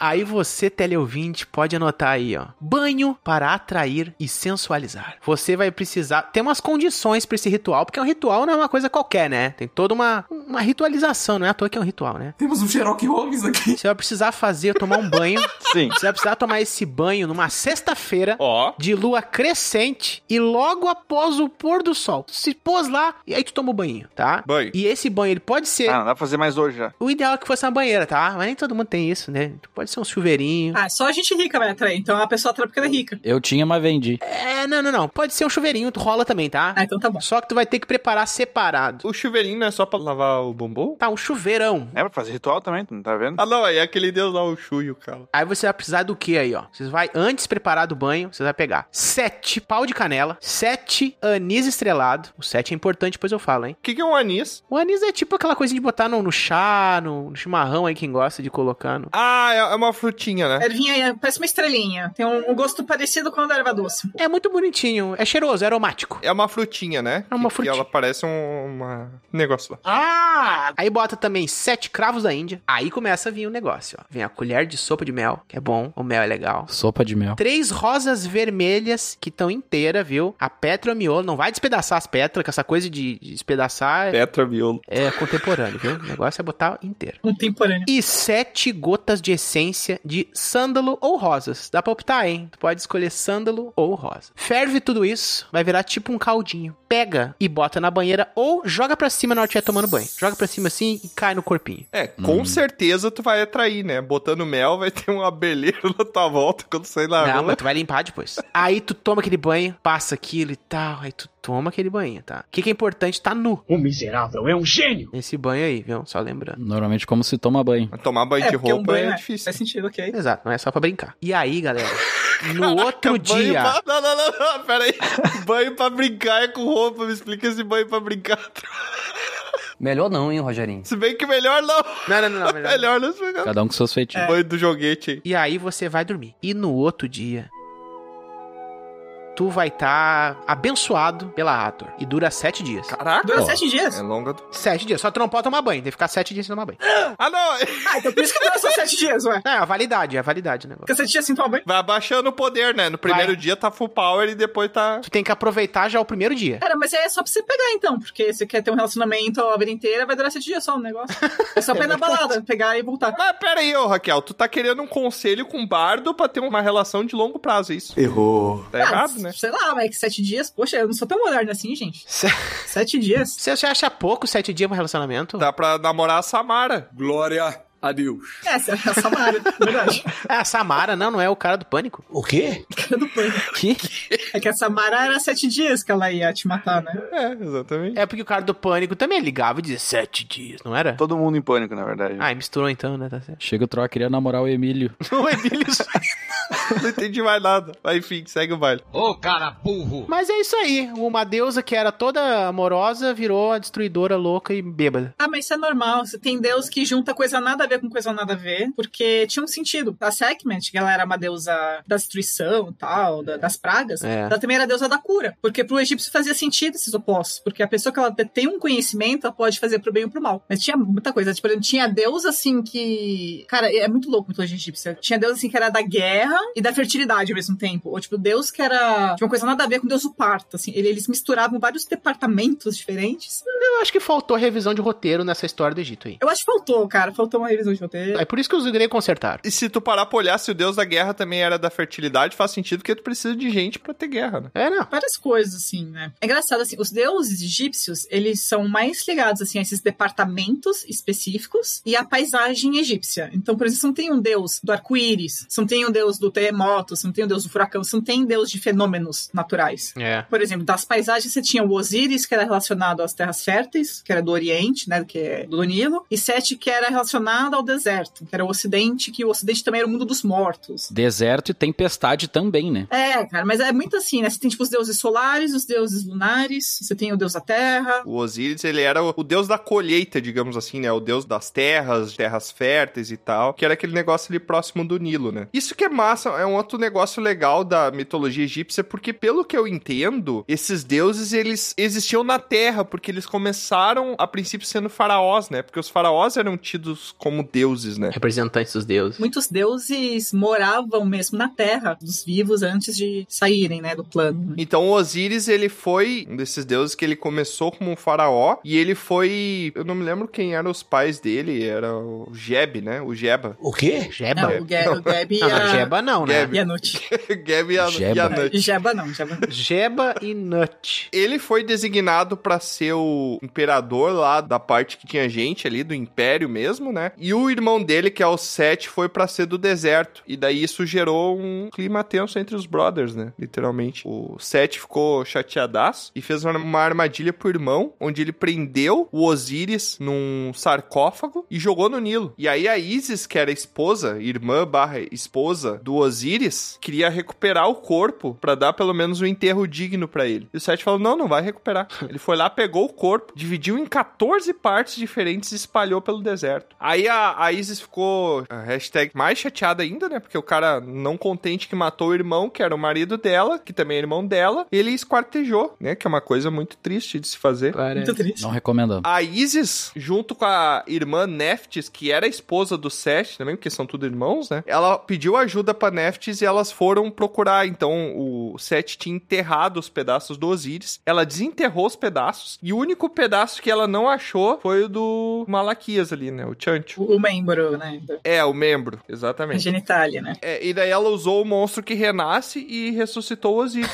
Speaker 6: Aí você, teleouvinte, pode anotar aí, ó. Banho para atrair e sensualizar. Você vai precisar. Tem umas condições pra esse ritual, porque um ritual não é uma coisa qualquer, né? Tem toda uma, uma ritualização, não é à toa que é um ritual, né?
Speaker 19: Temos um Sherlock Holmes aqui.
Speaker 6: Você vai precisar fazer, tomar um banho.
Speaker 5: Sim.
Speaker 6: Você vai precisar tomar esse banho numa sexta-feira
Speaker 1: Ó.
Speaker 6: de lua crescente e logo após o pôr do sol. Se pôs lá e aí tu toma o banho, tá?
Speaker 1: Banho.
Speaker 6: E esse banho, ele pode ser.
Speaker 5: Ah, não dá pra fazer mais hoje já.
Speaker 6: O ideal é que fosse uma banheira, tá? Mas nem todo mundo tem isso, né? Pode ser um chuveirinho.
Speaker 3: Ah, só a gente rica vai atrair. Então a pessoa atrai porque ela é rica.
Speaker 2: Eu tinha, mas vendi.
Speaker 6: É, não, não, não. Pode ser um chuveirinho, tu rola também, tá?
Speaker 3: Ah, então tá bom.
Speaker 6: Só que tu vai ter que preparar separado.
Speaker 1: O chuveirinho não é só pra lavar o bumbum?
Speaker 6: Tá, um chuveirão.
Speaker 5: É pra fazer ritual também, tu não tá vendo?
Speaker 1: Ah, não, é aquele deus lá, o Chuyo, cara.
Speaker 6: Aí você vai precisar do que aí, ó? Você vai, antes de preparar do banho, você vai pegar sete pau de canela, sete anis estrelado. O sete é importante, depois eu falo, hein?
Speaker 1: O que, que é um anis?
Speaker 6: O anis é tipo aquela coisinha de botar no, no chá, no, no chimarrão aí, quem gosta de colocar no...
Speaker 1: Ah, é é uma frutinha, né?
Speaker 3: Ervinha é- parece uma estrelinha. Tem um, um gosto parecido com o da erva doce.
Speaker 6: É muito bonitinho. É cheiroso, é aromático.
Speaker 1: É uma frutinha, né?
Speaker 6: É uma
Speaker 1: Que-
Speaker 6: frutinha.
Speaker 1: Que ela parece um uma- um negócio lá.
Speaker 6: Ah! Aí bota também sete cravos da Índia. Aí começa a vir o negócio, ó. Vem a colher de sopa de mel, que é bom. O mel é legal.
Speaker 2: Sopa de mel.
Speaker 6: Três rosas vermelhas que estão inteira, viu? A Petra miolo. Não vai despedaçar as Petras, que essa coisa de de despedaçar é,
Speaker 1: Petra miolo.
Speaker 6: é contemporâneo, viu? O negócio é botar inteiro.
Speaker 3: Um Contemporâneo.
Speaker 6: E sete gotas de essência de sândalo ou rosas. Dá pra optar, hein? Tu pode escolher sândalo ou rosa. Ferve tudo isso, vai virar tipo um caldinho. Pega e bota na banheira ou joga pra cima na hora que estiver tomando banho. Joga pra cima assim e cai no corpinho.
Speaker 1: É, com certeza tu vai atrair, né? Botando mel vai ter um abelheiro na tua volta quando sair na
Speaker 6: Não,
Speaker 1: rua.
Speaker 6: mas tu vai limpar depois. né? Aí tu toma aquele banho, passa aquilo e tal. Aí tu toma aquele banho, tá? O que, que é importante? Tá nu. O miserável é um gênio. Esse banho aí, viu? Só lembrando.
Speaker 2: Normalmente como se toma banho.
Speaker 1: Tomar banho
Speaker 6: de
Speaker 3: porque um
Speaker 6: roupa
Speaker 3: banho
Speaker 6: é
Speaker 3: difícil. Faz sentido, ok.
Speaker 6: Exato, não é só pra brincar. E aí, galera? No outro dia.
Speaker 1: Banho pra... Não, não, não, não, pera aí. banho pra brincar é com roupa, me explica esse banho pra brincar.
Speaker 19: Melhor não, hein, Rogerinho? Ah,
Speaker 1: Se bem que melhor não.
Speaker 6: Não, não, não, não, melhor.
Speaker 1: melhor não explicar.
Speaker 2: Cada um com seus feitiços.
Speaker 19: É.
Speaker 1: Banho do joguete aí.
Speaker 6: E aí você vai dormir. E no outro dia. Tu vai estar abençoado pela Ator. E dura sete dias.
Speaker 1: Caraca!
Speaker 3: Dura sete dias?
Speaker 1: É longa do...
Speaker 6: Sete dias. Só tu não pode tomar banho. Tem que ficar sete dias sem tomar banho.
Speaker 1: Ah, não!
Speaker 3: Ah, então por isso que dura só sete dias, ué.
Speaker 6: É, a validade. É a validade o negócio.
Speaker 3: Porque sete dias sem tomar banho.
Speaker 1: Vai abaixando o poder, né? No primeiro dia tá full power e depois tá...
Speaker 6: Tu tem que aproveitar já o primeiro dia.
Speaker 3: Cara, mas é só pra você pegar então, porque você quer ter um relacionamento a vida inteira, vai durar sete dias só o negócio. É só pra ir na balada, pegar e voltar.
Speaker 1: Mas pera aí, ô Raquel, tu tá querendo um conselho com o bardo pra ter uma relação de longo prazo, é isso?
Speaker 19: Errou.
Speaker 1: Tá errado, né?
Speaker 3: Ah, Sei lá, mas que sete dias, poxa, eu não sou tão moderno assim, gente. Sete dias.
Speaker 6: Você você acha pouco sete dias pra um relacionamento?
Speaker 1: Dá pra namorar a Samara.
Speaker 19: Glória a Deus.
Speaker 3: Essa é a Samara, verdade.
Speaker 6: É, a Samara, não, não é o cara do pânico.
Speaker 19: O quê?
Speaker 2: Que?
Speaker 3: É que a Samara era sete dias que ela ia te matar, né?
Speaker 1: É, exatamente.
Speaker 6: É porque o cara do pânico também é ligava e dizia sete dias, não era?
Speaker 5: Todo mundo em pânico, na verdade.
Speaker 6: Ah, misturou então, né? Tá certo.
Speaker 2: Chega o Troá, queria namorar o Emílio.
Speaker 6: Não é dele.
Speaker 1: Não entendi mais nada. Mas enfim, segue o baile.
Speaker 18: Ô, cara burro!
Speaker 6: Mas é isso aí. Uma deusa que era toda amorosa virou a destruidora louca e bêbada.
Speaker 3: Ah, mas isso é normal. Você tem deus que junta coisa nada a ver com coisa nada a ver, porque tinha um sentido. A Sekhmet, que ela era uma deusa da destruição e tal, da- das pragas,
Speaker 6: É.
Speaker 3: ela também era deusa da cura. Porque pro egípcio fazia sentido esses opostos. Porque a pessoa que ela tem um conhecimento, ela pode fazer pro bem ou pro mal. Mas tinha muita coisa. Tipo, por exemplo, tinha deus assim que. Cara, é muito louco a mitologia egípcia. Tinha deus assim que era da guerra e da fertilidade ao mesmo tempo. Ou tipo, deus que era. Tinha uma coisa nada a ver com deus do parto. Assim, Ele- eles misturavam vários departamentos diferentes.
Speaker 6: Eu acho que faltou revisão de roteiro nessa história do Egito aí.
Speaker 3: Eu acho que faltou, cara. Faltou uma revisão de roteiro.
Speaker 6: É por isso que os gregos consertaram.
Speaker 1: E se tu parar pra olhar se o deus da guerra também era da fertilidade, faz sentido porque tu precisa de gente pra ter guerra, né?
Speaker 6: É, não.
Speaker 3: Várias coisas, assim, né? É engraçado, assim, os deuses egípcios, eles são mais ligados, assim, a esses departamentos específicos e à paisagem egípcia. Então, por exemplo, você não tem um deus do arco-íris, você não tem um deus do terremoto, você não tem um deus do furacão, você não tem deus de fenômenos naturais.
Speaker 6: É.
Speaker 3: Por exemplo, das paisagens você tinha o Osíris, que era relacionado às terras férteis, que era do Oriente, né, que é do Nilo, e Sete, que era relacionado ao deserto, que era o Ocidente, que o Ocidente também era o mundo dos mortos.
Speaker 2: Deserto e tempestade também, né?
Speaker 3: É, cara, mas é muito assim, né? Você tem, tipo, os deuses solares, os deuses lunares, você tem o deus da terra.
Speaker 1: O Osíris, ele era o, o deus da colheita, digamos assim, né? O deus das terras, terras férteis e tal, que era aquele negócio ali próximo do Nilo, né? Isso que é massa, é um outro negócio legal da mitologia egípcia, porque pelo que eu entendo, esses deuses, eles existiam na terra, porque eles começaram, a princípio, sendo faraós, né? Porque os faraós eram tidos como deuses, né?
Speaker 6: Representantes dos deuses.
Speaker 3: Muitos deuses moravam mesmo na terra dos vivos antes de saírem, né, do plano.
Speaker 1: Então o Osíris, ele foi um desses deuses que ele começou como um faraó e ele foi, eu não me lembro quem eram os pais dele, era o Jeb, né? O Jeba.
Speaker 19: O quê?
Speaker 6: Jeba?
Speaker 3: Não, o, Ge o Geb e
Speaker 6: É Não, não,
Speaker 3: a...
Speaker 6: Jeba não, né?
Speaker 1: Geb.
Speaker 3: E a Nut.
Speaker 1: Geb e a,
Speaker 2: Jeba.
Speaker 1: e a Nut.
Speaker 3: Jeba não, Jeba é não.
Speaker 6: Jeba e Nut.
Speaker 1: Ele foi designado pra ser o imperador lá da parte que tinha gente ali do império mesmo, né? E o irmão dele, que é o Sete, foi pra ser do deserto. E daí isso gerou um clima tenso entre os brothers, né? Literalmente. O Sete ficou chateadaço e fez uma- uma armadilha pro irmão, onde ele prendeu o Osíris num sarcófago e jogou no Nilo. E aí a Isis, que era esposa, irmã barra esposa do Osíris, queria recuperar o corpo pra dar pelo menos um enterro digno pra ele. E o Seth falou: não, não vai recuperar. Ele foi lá, pegou o corpo, corpo, dividiu em 14 partes diferentes e espalhou pelo deserto. Aí a, a Isis ficou a hashtag mais chateada ainda, né? Porque o cara não contente que matou o irmão, que era o marido dela, que também é irmão dela, ele esquartejou, né? Que é uma coisa muito triste de se fazer.
Speaker 2: Muito triste. Não recomendamos.
Speaker 1: A Isis, junto com a irmã Neftis, que era a esposa do Seth também, porque são tudo irmãos, né? Ela pediu ajuda pra Neftis e elas foram procurar. Então, o Seth tinha enterrado os pedaços do Osiris. Ela desenterrou os pedaços e o único pedaço que ela não achou foi o do Malaquias ali, né? O Chancho.
Speaker 3: O membro, né?
Speaker 1: É, o membro, exatamente.
Speaker 3: A genitália, né?
Speaker 1: É, e daí ela usou o monstro que renasce e ressuscitou o Osiris.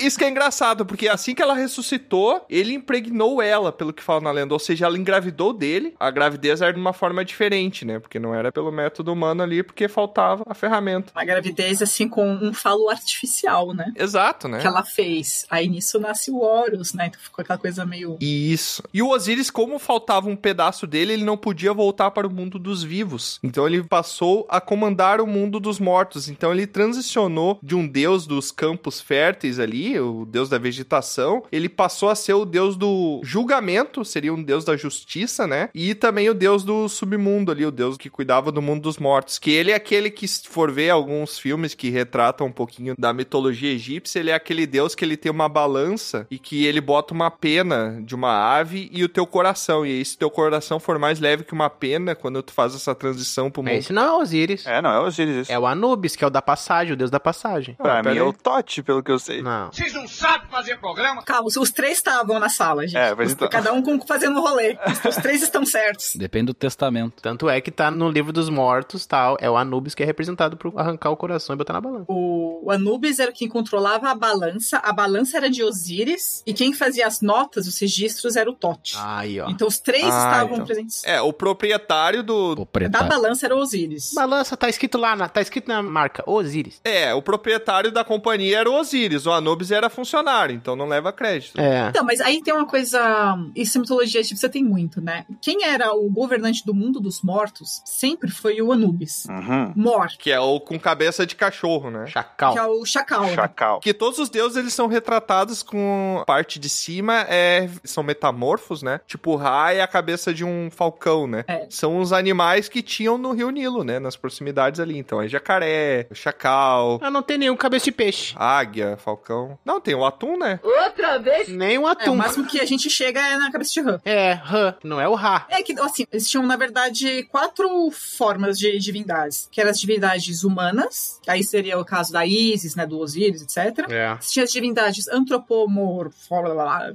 Speaker 1: Isso que é engraçado, porque assim que ela ressuscitou, ele impregnou ela, pelo que fala na lenda. Ou seja, ela engravidou dele. A gravidez era de uma forma diferente, né? Porque não era pelo método humano ali, porque faltava a ferramenta.
Speaker 3: Uma gravidez, assim, com um falo artificial, né?
Speaker 1: Exato, né?
Speaker 3: Que ela fez. Aí nisso nasce o Horus, né? Então ficou aquela coisa meio.
Speaker 1: Isso. E o Osiris, como faltava um pedaço dele, ele não podia voltar para o mundo dos vivos. Então ele passou a comandar o mundo dos mortos. Então ele transicionou de um deus dos campos férteis ali, o deus da vegetação, ele passou a ser o deus do julgamento, seria um deus da justiça, né? E também o deus do submundo ali, o deus que cuidava do mundo dos mortos. Que ele é aquele que, se for ver alguns filmes que retratam um pouquinho da mitologia egípcia, ele é aquele deus que ele tem uma balança e que ele bota uma pena de uma ave e o teu coração. E aí, se teu coração for mais leve que uma pena, quando tu faz essa transição pro mundo.
Speaker 6: Esse não é o Osiris.
Speaker 5: É, não é o Osiris. Esse.
Speaker 6: É o Anubis, que é o da passagem, o deus da passagem.
Speaker 5: Pra mim é o Tote, pelo que eu sei.
Speaker 6: Não.
Speaker 18: Vocês não sabem fazer programa?
Speaker 3: Calma, os- os três estavam na sala, gente.
Speaker 5: É, mas
Speaker 3: Os-
Speaker 5: então-
Speaker 3: Cada um com- fazendo um rolê. Os- Os três estão certos.
Speaker 2: Depende do testamento.
Speaker 6: Tanto é que tá no livro dos mortos, tal, é o Anubis que é representado por arrancar o coração e botar na balança.
Speaker 3: O o Anubis era quem controlava a balança, a balança era de Osíris, e quem fazia as notas, os registros, era o Tote.
Speaker 6: Aí, ó.
Speaker 3: Então os três
Speaker 1: Ah,
Speaker 3: estavam
Speaker 1: então.
Speaker 3: presentes.
Speaker 1: É, o proprietário do.
Speaker 3: Da balança era Osíris.
Speaker 6: Balança, tá escrito lá, na, tá escrito na marca, Osiris.
Speaker 1: É, o proprietário da companhia era o Osiris, o Anubis era funcionário, então não leva crédito.
Speaker 6: É.
Speaker 3: Então, mas aí tem uma coisa. Isso em mitologia egípcia tem muito, né? Quem era o governante do mundo dos mortos sempre foi o Anubis.
Speaker 5: Uhum.
Speaker 3: Mor,
Speaker 1: Que é o com cabeça de cachorro, né?
Speaker 6: Chacal.
Speaker 3: que é o chacal. né?
Speaker 5: Chacal.
Speaker 1: Que todos os deuses eles são retratados com a parte de cima é são metamorfos, né? Tipo Ra é a cabeça de um falcão, né?
Speaker 3: É.
Speaker 1: São os animais que tinham no Rio Nilo, né, nas proximidades ali. Então é jacaré, chacal,
Speaker 6: Ah, não tem nenhum cabeça de peixe.
Speaker 1: águia, falcão. Não, tem o atum, né?
Speaker 13: Outra vez?
Speaker 6: Nem um
Speaker 3: É, o
Speaker 6: atum.
Speaker 3: máximo que a gente chega é na cabeça de rã.
Speaker 6: É, rã. Não é o Ra.
Speaker 3: É que, assim, eles tinham, na verdade, quatro formas de divindades. Que eram as divindades humanas, que aí seria o caso da Isis, né, do Osíris, etc.
Speaker 6: É.
Speaker 3: Você tinha as divindades antropomorfo,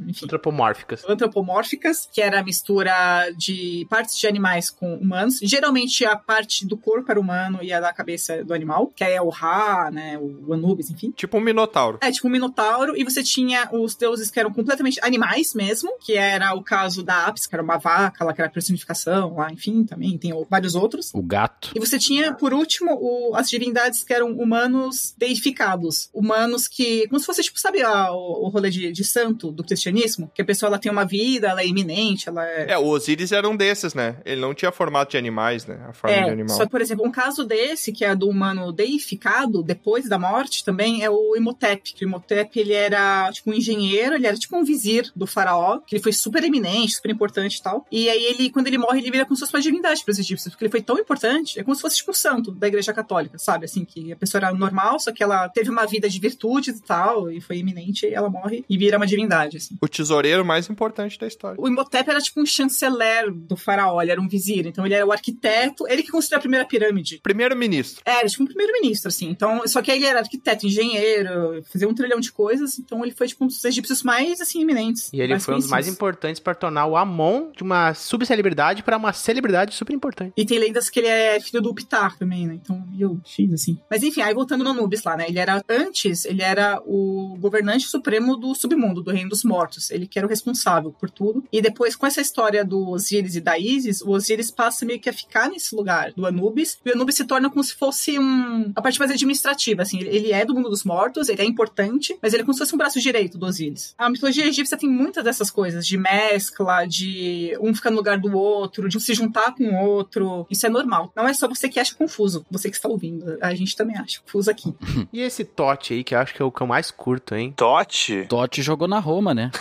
Speaker 3: enfim,
Speaker 6: Antropomórficas.
Speaker 3: antropomórficas, que era a mistura de partes de animais com humanos. Geralmente a parte do corpo era humano e a da cabeça do animal, que aí é o Ra, né, o Anubis, enfim.
Speaker 1: Tipo um minotauro.
Speaker 3: É, tipo um minotauro, e você tinha os deuses que eram completamente animais mesmo, que era o caso da Apis, que era uma vaca, lá que era a personificação, lá, enfim, também tem o- vários outros.
Speaker 2: O gato.
Speaker 3: E você tinha, por último, o- as divindades que eram humanos deificados. Humanos que. Como se fosse, tipo, sabe a- o, o rolê de, de santo do cristianismo? Que a pessoa ela tem uma vida, ela é iminente, ela é.
Speaker 1: É, o Osiris era um desses, né? Ele não tinha formato de animais, né? A forma de animal.
Speaker 3: só que, por exemplo, um caso desse, que é do humano deificado, depois da morte também, é o Imhotep. Que o Imhotep, ele era, tipo, um engenheiro, ele era, tipo, um vizir do faraó, que ele foi super eminente, super importante e tal. E aí, ele, quando ele morre, ele vira como se fosse uma divindade para os egípcios, porque ele foi tão importante, é como se fosse, tipo, um santo da igreja católica, sabe? Assim, que a pessoa era normal, só que ela teve uma vida de virtudes e tal, e foi eminente, e ela morre e vira uma divindade, assim.
Speaker 1: O tesoureiro mais importante da história.
Speaker 3: O Imhotep era tipo um chanceler do faraó, ele era um vizir, então ele era o arquiteto, ele que construiu a primeira pirâmide.
Speaker 1: Primeiro-ministro.
Speaker 3: Era, tipo, um primeiro-ministro, assim. Então, só que ele era arquiteto, engenheiro, fazia um trilhão de coisas. Então, ele foi, tipo, um dos egípcios mais, assim, eminentes.
Speaker 6: E ele
Speaker 3: mais
Speaker 6: foi um dos mais
Speaker 3: conhecidos.
Speaker 6: importantes pra tornar o Amon de uma subcelebridade pra uma celebridade super importante.
Speaker 3: E tem lendas que ele é filho do Ptar também, né? Então, eu X, assim. Mas, enfim, aí voltando no Anubis lá, né? Ele era, antes, ele era o governante supremo do submundo, do reino dos mortos. Ele que era o responsável por tudo. E depois, com essa história do Osíris e da Isis, o Osíris passa meio que a ficar nesse lugar do Anubis. E o Anubis se torna como se fosse um... A parte mais administrativa, assim. Ele- Ele é do mundo dos mortos, ele é importante, mas ele é como se fosse um braço direito do Osíris. A mitologia egípcia tem muitas dessas coisas, de mescla, de um ficar no lugar do outro, de um se juntar com o outro. Isso é normal. Não é só você que acha confuso, você que está ouvindo. A gente também acha confuso aqui.
Speaker 6: E esse Tote aí, que eu acho que é o que eu mais curto, hein?
Speaker 5: Tote?
Speaker 2: Totti jogou na Roma, né?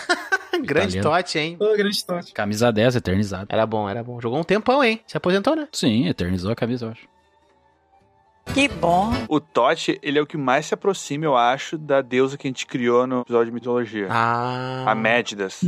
Speaker 6: grande
Speaker 2: Italiano.
Speaker 6: Totti, hein?
Speaker 3: grande Totti.
Speaker 2: Camisa 10, eternizado.
Speaker 6: Era bom, era bom. Jogou um tempão, hein? Se aposentou, né?
Speaker 2: Sim, eternizou a camisa, eu acho.
Speaker 15: Que bom.
Speaker 5: O Totti, ele é o que mais se aproxima, eu acho, da deusa que a gente criou no episódio de mitologia.
Speaker 6: Ah.
Speaker 5: A Médidas.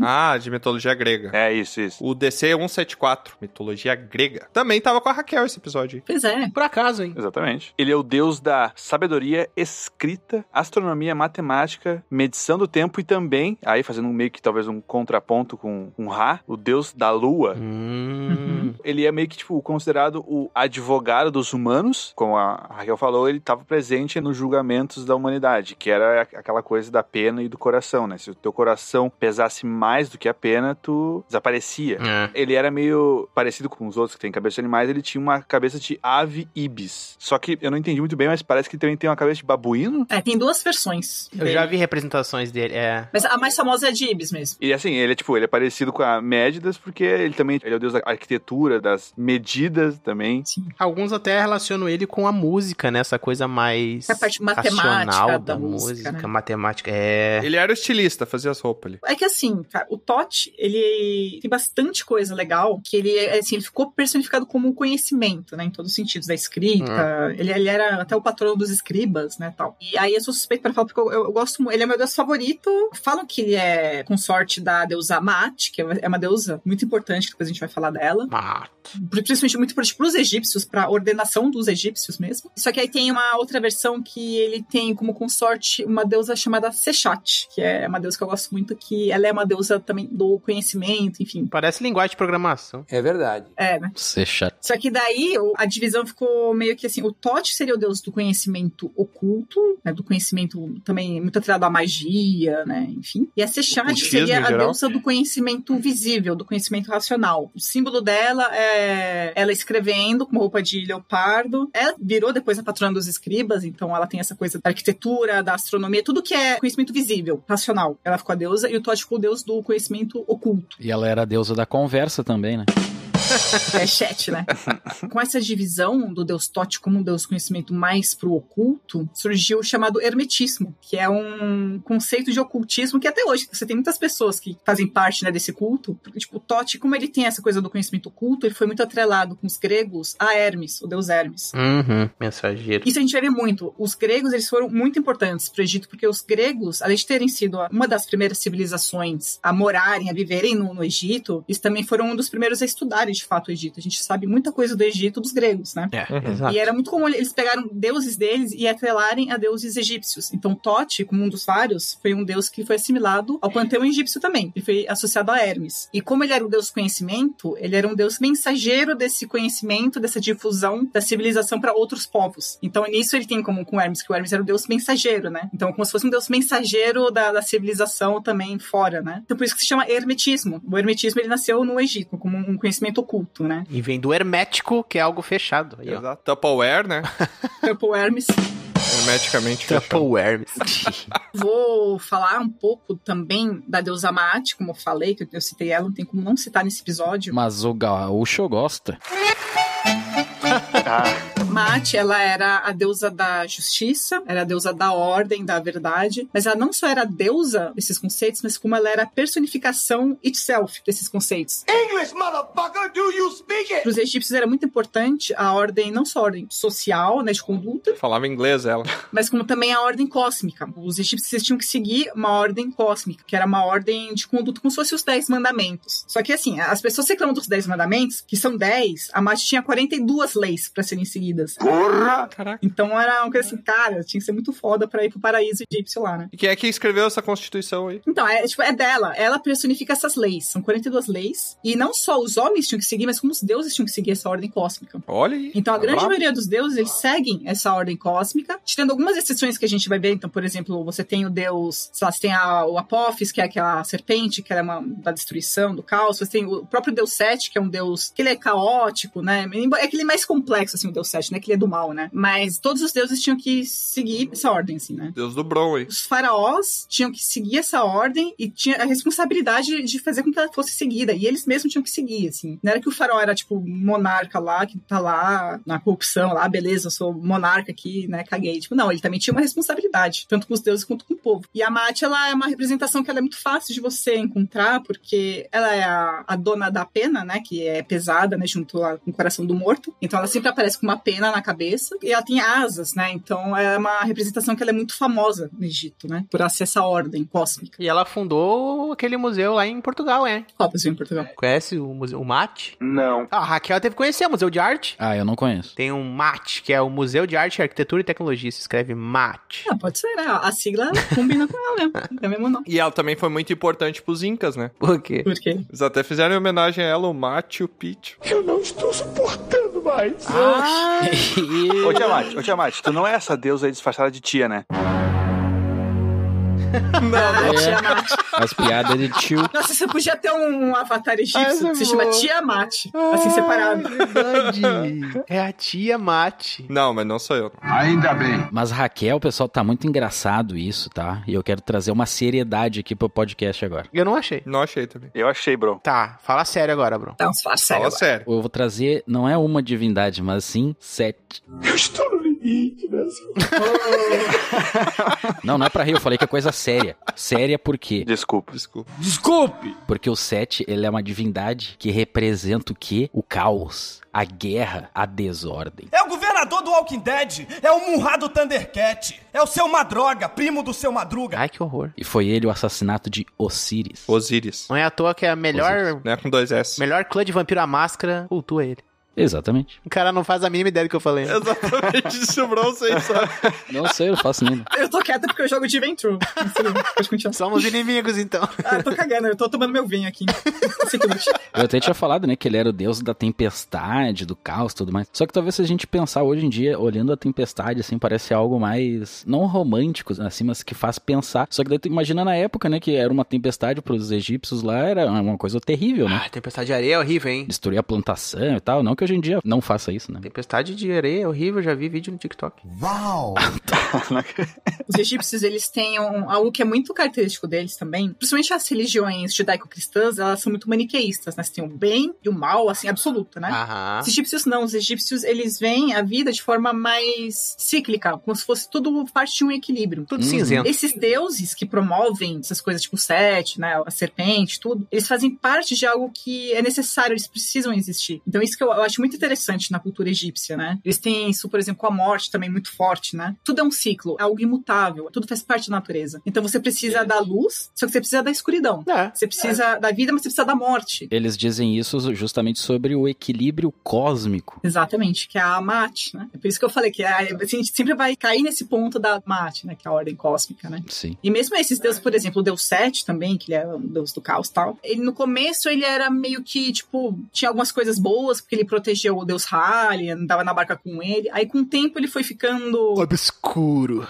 Speaker 1: Ah, de mitologia grega.
Speaker 5: É, isso, isso.
Speaker 1: O é DC 174, mitologia grega. Também tava com a Raquel esse episódio. aí.
Speaker 3: Pois é.
Speaker 6: Por acaso, hein?
Speaker 5: Exatamente. Ele é o deus da sabedoria escrita, astronomia, matemática, medição do tempo e também, aí fazendo um meio que talvez um contraponto com um Ra, o deus da lua.
Speaker 6: Hum.
Speaker 5: Ele é meio que tipo considerado o advogado dos humanos, como a Raquel falou, ele estava presente nos julgamentos da humanidade, que era aquela coisa da pena e do coração, né? Se o teu coração pesasse mais do que a pena, tu desaparecia. Ele era meio parecido com os outros que tem cabeça de animais, ele tinha uma cabeça de ave ibis. Só que eu não entendi muito bem, mas parece que também tem uma cabeça de babuíno.
Speaker 3: É, tem duas versões.
Speaker 6: Eu já vi representações dele, é.
Speaker 3: Mas a mais famosa é de Ibis mesmo.
Speaker 5: E assim, ele é tipo, ele é parecido com a Médidas, porque ele também ele é o deus da arquitetura, das medidas também.
Speaker 3: Sim.
Speaker 6: Alguns até relacionam ele com a música, né? Essa coisa mais.
Speaker 3: A parte matemática
Speaker 6: racional
Speaker 3: da música,
Speaker 6: música.
Speaker 3: né?
Speaker 6: Matemática, é.
Speaker 1: Ele era o estilista, fazia as roupas ali.
Speaker 3: É que assim, cara, o Totti, ele tem bastante coisa legal, que ele, é, assim, ele ficou personificado como um conhecimento, né, em todos os sentidos, da escrita, ele, ele era até o patrono dos escribas, né, tal. E aí eu sou suspeito pra falar, porque eu, eu gosto muito, ele é meu deus favorito, falam que ele é consorte da deusa Mat, que é uma- é uma deusa muito importante, que depois a gente vai falar dela,
Speaker 6: Ah,
Speaker 3: principalmente muito importante pros egípcios, pra ordenação dos egípcios mesmo. Só que aí tem uma outra versão que ele tem como consorte uma deusa chamada Sechat, que é uma deusa que eu gosto muito, que ela é uma deusa também do conhecimento, enfim.
Speaker 6: Parece linguagem de programação.
Speaker 16: É verdade.
Speaker 3: É, né?
Speaker 2: Ser chato.
Speaker 3: Só que daí o- a divisão ficou meio que assim: o Tote seria o deus do conhecimento oculto, né, do conhecimento também muito atrelado à magia, né, enfim. E a Sechat
Speaker 1: Ocultismo,
Speaker 3: seria
Speaker 1: em
Speaker 3: a
Speaker 1: geral.
Speaker 3: deusa do conhecimento visível, do conhecimento racional. O símbolo dela é ela escrevendo com roupa de leopardo. Ela virou depois a patrona dos escribas, então ela tem essa coisa da arquitetura, da astronomia, tudo que é conhecimento visível, racional. Ela ficou a deusa e o Tote ficou o deus do conhecimento oculto.
Speaker 2: E ela era a deusa da conversa também, né?
Speaker 3: É chat, né? Com essa divisão do deus Tote como um deus conhecimento mais pro oculto, surgiu o chamado hermetismo, que é um conceito de ocultismo que até hoje você tem muitas pessoas que fazem parte né, desse culto. Porque, tipo, o Tote, como ele tem essa coisa do conhecimento oculto, ele foi muito atrelado com os gregos a Hermes, o deus Hermes.
Speaker 6: Uhum. Mensageiro.
Speaker 3: Isso a gente vai ver muito. Os gregos, eles foram muito importantes para o Egito, porque os gregos, além de terem sido uma das primeiras civilizações a morarem, a viverem no, no Egito, eles também foram um dos primeiros a estudarem, de fato, o Egito. A gente sabe muita coisa do Egito dos gregos, né?
Speaker 6: É,
Speaker 1: Uhum.
Speaker 6: exato.
Speaker 3: E era muito comum eles pegaram deuses deles e atrelarem a deuses egípcios. Então Tote, como um dos vários, foi um deus que foi assimilado ao panteão egípcio também. Ele foi associado a Hermes. E como ele era um deus do conhecimento, ele era um deus mensageiro desse conhecimento, dessa difusão da civilização para outros povos. Então nisso ele tem em comum com Hermes, que o Hermes era um deus mensageiro, né? Então como se fosse um deus mensageiro da, da civilização também fora, né? Então por isso que se chama hermetismo. O hermetismo ele nasceu no Egito como um conhecimento oculto, né?
Speaker 6: E vem do hermético, que é algo fechado. Aí, ó.
Speaker 1: Exato. Tupperware, né?
Speaker 3: Tipo Hermes.
Speaker 1: Hermeticamente fechado.
Speaker 6: Triple Hermes.
Speaker 3: Vou falar um pouco também da deusa Maat, como eu falei, que eu- eu citei ela, não tem como não citar nesse episódio.
Speaker 2: Mas o gaúcho gosta.
Speaker 3: Maat, ela era a deusa da justiça, era a deusa da ordem, da verdade, mas ela não só era deusa desses conceitos, mas como ela era a personificação itself desses conceitos.
Speaker 18: English, motherfucker, do you speak it?
Speaker 3: Para os egípcios era muito importante a ordem, não só a ordem social, né, de conduta,
Speaker 1: Falava inglês ela.
Speaker 3: mas como também a ordem cósmica. Os egípcios tinham que seguir uma ordem cósmica, que era uma ordem de conduta como se fosse os Dez Mandamentos. Só que assim, as pessoas reclamam dos Dez Mandamentos, que são 10, a Mate tinha 42 leis para serem seguidas.
Speaker 18: Porra!
Speaker 1: Caraca.
Speaker 3: Então era uma coisa assim, cara, tinha que ser muito foda pra ir pro paraíso egípcio lá, né?
Speaker 1: E quem é que escreveu essa constituição aí?
Speaker 3: Então, é, tipo, é dela. Ela personifica essas leis. São 42 leis. E não só os homens tinham que seguir, mas como os deuses tinham que seguir essa ordem cósmica.
Speaker 1: Olha aí.
Speaker 3: Então, a
Speaker 1: Tá
Speaker 3: grande
Speaker 1: brabo.
Speaker 3: maioria dos deuses, eles seguem essa ordem cósmica, tirando algumas exceções que a gente vai ver. Então, por exemplo, você tem o deus, sei lá, você tem a, o Apophis, que é aquela serpente, que era uma, da destruição, do caos. Você tem o próprio deus Sete, que é um deus que ele é caótico, né? É que ele é mais complexo, assim, o deus Sete, né? Que ele é do mal, né? Mas todos os deuses tinham que seguir essa ordem, assim, né?
Speaker 1: Deus do Bron, hein?
Speaker 3: Os faraós tinham que seguir essa ordem e tinha a responsabilidade de fazer com que ela fosse seguida. E eles mesmos tinham que seguir, assim. Não era que o faraó era, tipo, monarca lá, que tá lá na corrupção, lá, beleza, eu sou monarca aqui, né? Caguei. Tipo, não, ele também tinha uma responsabilidade, tanto com os deuses quanto com o povo. E a Mate, ela é uma representação que ela é muito fácil de você encontrar, porque ela é a, a dona da pena, né? Que é pesada, né? Junto lá com o coração do morto. Então ela sempre aparece com uma pena na cabeça e ela tem asas, né? Então é uma representação que ela é muito famosa no Egito, né? Por ser essa ordem cósmica.
Speaker 6: E ela fundou aquele museu lá em Portugal, é?
Speaker 3: Qual museu em Portugal?
Speaker 6: Conhece o museu o Mate?
Speaker 5: Não.
Speaker 6: Ah, a Raquel teve que conhecer o Museu de Arte.
Speaker 2: Ah, eu não conheço.
Speaker 6: Tem um MAT, que é o Museu de Arte, Arquitetura e Tecnologia. Se escreve MAT.
Speaker 3: Ah, pode ser, né? A sigla combina com ela mesmo. É o mesmo nome.
Speaker 1: E ela também foi muito importante pros Incas, né?
Speaker 6: Por quê?
Speaker 3: Por quê?
Speaker 1: Eles até fizeram em homenagem a ela, o Machu Picchu.
Speaker 4: Eu não estou suportando mais.
Speaker 6: Ah,
Speaker 5: Ô Tiamat, ô Tiamat, tu não é essa deusa aí disfarçada de tia, né?
Speaker 3: é. Tiamat.
Speaker 2: As piadas de tio.
Speaker 3: Nossa, você podia ter um avatar egípcio
Speaker 6: Essa
Speaker 3: que se
Speaker 6: é
Speaker 3: chama
Speaker 6: boa.
Speaker 3: Tiamat. Assim, separado.
Speaker 6: Verdade. É a tia Mate.
Speaker 1: Não, mas não sou eu.
Speaker 18: Ainda bem.
Speaker 2: Mas Raquel, pessoal, tá muito engraçado isso, tá? E eu quero trazer uma seriedade aqui pro podcast agora.
Speaker 6: Eu não achei.
Speaker 1: Não achei também.
Speaker 5: Eu achei, bro.
Speaker 6: Tá, fala sério agora, bro.
Speaker 3: Então, se fala sério.
Speaker 1: Fala
Speaker 3: agora.
Speaker 1: sério.
Speaker 2: Eu vou trazer, não é uma divindade, mas sim sete.
Speaker 4: Eu estou no limite, né? Brasil.
Speaker 2: Não, não é pra rir, eu falei que é coisa séria. Séria por quê?
Speaker 5: Desculpa.
Speaker 1: Desculpa.
Speaker 4: Desculpe!
Speaker 2: Porque o Sete, ele é uma divindade que representa o quê? O caos, a guerra, a desordem.
Speaker 20: É o governador do Walking Dead, é o murrado Thundercat, é o seu Madroga, primo do seu Madruga.
Speaker 6: Ai, que horror.
Speaker 2: E foi ele o assassinato de Osiris.
Speaker 1: Osíris.
Speaker 6: Não é à toa que é a melhor,
Speaker 1: Né? Com dois S.
Speaker 6: melhor clã de vampiro à máscara. Cultua ele.
Speaker 2: Exatamente.
Speaker 6: O cara não faz a mínima ideia do que eu falei.
Speaker 1: Exatamente, sobrou um sem sabe?
Speaker 2: Não sei, eu não faço nem.
Speaker 3: Eu tô quieta porque eu jogo de Ventru. Pode continuar.
Speaker 6: Somos inimigos, então.
Speaker 3: Ah, eu tô cagando, eu tô tomando meu vinho aqui. Cinco minutos.
Speaker 2: Eu até tinha falado, né, que ele era o deus da tempestade, do caos e tudo mais. Só que talvez se a gente pensar hoje em dia, olhando a tempestade, assim, parece algo mais, não romântico, assim, mas que faz pensar. Só que daí tu imagina na época, né, que era uma tempestade pros egípcios lá, era uma coisa terrível, né?
Speaker 6: Ah, tempestade de areia é horrível, hein?
Speaker 2: Destruir a plantação e tal. Não que hoje em dia não faça isso, né?
Speaker 6: Tempestade de areia é horrível, já vi vídeo no TikTok.
Speaker 20: Uau!
Speaker 3: Os egípcios, eles têm um- algo que é muito característico deles também. Principalmente as religiões judaico-cristãs, elas são muito maniqueístas, né? Você tem o bem e o mal, assim, absoluto, né?
Speaker 6: Aham.
Speaker 3: Os egípcios não, os egípcios eles veem a vida de forma mais cíclica, como se fosse tudo parte de um equilíbrio.
Speaker 6: Tudo
Speaker 2: Uhum.
Speaker 6: cinzento.
Speaker 3: Esses deuses que promovem essas coisas tipo o sete, né, a serpente, tudo, eles fazem parte de algo que é necessário, eles precisam existir. Então isso que eu, eu acho muito interessante na cultura egípcia, né? Eles têm isso, por exemplo, com a morte também muito forte, né? Tudo é um ciclo, é algo imutável, tudo faz parte da natureza. Então você precisa da luz, só que você precisa da escuridão.
Speaker 6: É.
Speaker 3: Você precisa da vida, mas você precisa da morte.
Speaker 2: Eles dizem isso justamente sobre o equilíbrio cósmico.
Speaker 3: Exatamente, que é a mate, né? É por isso que eu falei que a, a gente sempre vai cair nesse ponto da mate, né? Que é a ordem cósmica, né?
Speaker 2: Sim.
Speaker 3: E mesmo esses deuses, por exemplo, o deus Sete também, que ele é um deus do caos e tal. Ele no começo ele era meio que, tipo, tinha algumas coisas boas, porque ele protegeu o deus Ra, ele andava na barca com ele. Aí com o tempo ele foi ficando,
Speaker 6: Obscuro.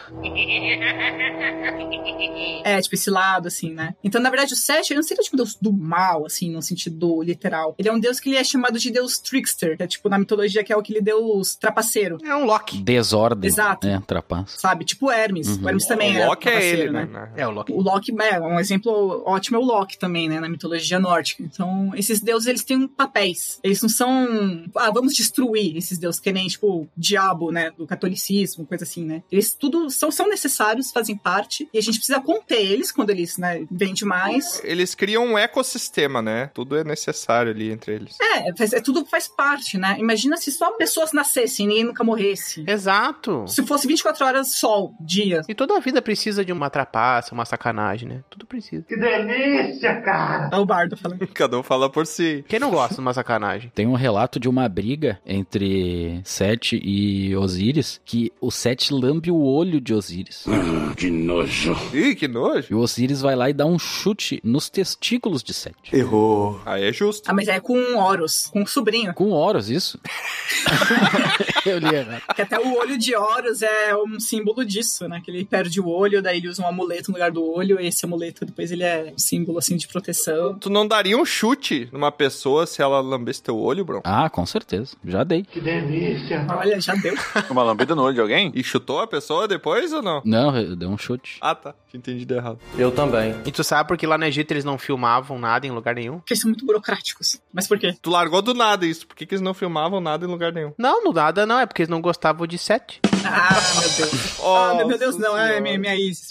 Speaker 3: é, tipo, esse lado, assim, né? Então, na verdade, o Sete, ele não seria, tipo, deus do mal, assim, no sentido literal. Ele é um deus que ele é chamado de deus trickster, que é, tipo, na mitologia, que é aquele deus trapaceiro.
Speaker 6: É um Loki.
Speaker 2: Desordem.
Speaker 3: Exato.
Speaker 2: É, trapaça.
Speaker 3: sabe? Tipo Hermes.
Speaker 2: Uhum.
Speaker 3: O Hermes também
Speaker 1: O Loki
Speaker 3: era
Speaker 1: é
Speaker 3: parceiro,
Speaker 1: ele, né?
Speaker 6: É o Loki.
Speaker 3: O Loki, é, um exemplo ótimo é o Loki também, né? Na mitologia nórdica. Então, esses deuses, eles têm um papéis. Eles não são... Ah, vamos destruir esses deuses, que nem, tipo, o diabo, né? Do catolicismo, coisa assim, né? Eles tudo são, são necessários, fazem parte. E a gente precisa conter eles quando eles, né? Vêm demais.
Speaker 1: Eles criam um ecossistema, né? Tudo é necessário ali entre eles.
Speaker 3: É, faz- é, tudo faz parte, né? Imagina se só pessoas nascessem e ninguém nunca morresse.
Speaker 6: Exato.
Speaker 3: Se fosse 24 horas sol, dia,
Speaker 6: E toda a vida precisa de uma trapaça, uma sacanagem, né? Tudo precisa.
Speaker 3: é o bardo falando.
Speaker 1: Cada um fala por si.
Speaker 6: Quem não gosta de uma sacanagem?
Speaker 2: Tem um relato de uma briga entre Sete e Osíris, que o Sete lambe o olho de Osíris.
Speaker 4: Ah, que nojo.
Speaker 1: Ih, que nojo.
Speaker 2: E o Osíris vai lá e dá um chute nos testículos de Sete.
Speaker 4: Errou.
Speaker 1: Aí é justo.
Speaker 3: Ah, mas é com Horus, com o sobrinho.
Speaker 2: Com Horus, isso? Eu li errado.
Speaker 3: Que até o olho de Horus é um símbolo disso, né? Que ele perde o olho, daí ele usa um amuleto no lugar do olho, e esse amuleto depois ele é um símbolo, assim, de proteção.
Speaker 1: Tu não daria um chute numa pessoa se ela lambesse teu olho, bro?
Speaker 2: Ah, com Com certeza. Já dei.
Speaker 3: Que delícia. Olha, já deu.
Speaker 5: Uma lambida no olho de alguém?
Speaker 1: E chutou a pessoa depois ou não?
Speaker 2: Não, eu dei um chute.
Speaker 1: Ah, tá. Tinha entendido errado.
Speaker 6: Eu também. E tu sabe porque lá no Egito eles não filmavam nada em lugar nenhum?
Speaker 3: Porque eles são muito burocráticos. Mas por quê?
Speaker 1: Tu largou do nada isso. Por que, que eles não filmavam nada em lugar nenhum?
Speaker 6: Não, no nada não, é porque eles não gostavam de sete.
Speaker 3: Ah, meu Deus.
Speaker 1: Oh,
Speaker 3: ah, meu Deus, não. É minha, minha Isis.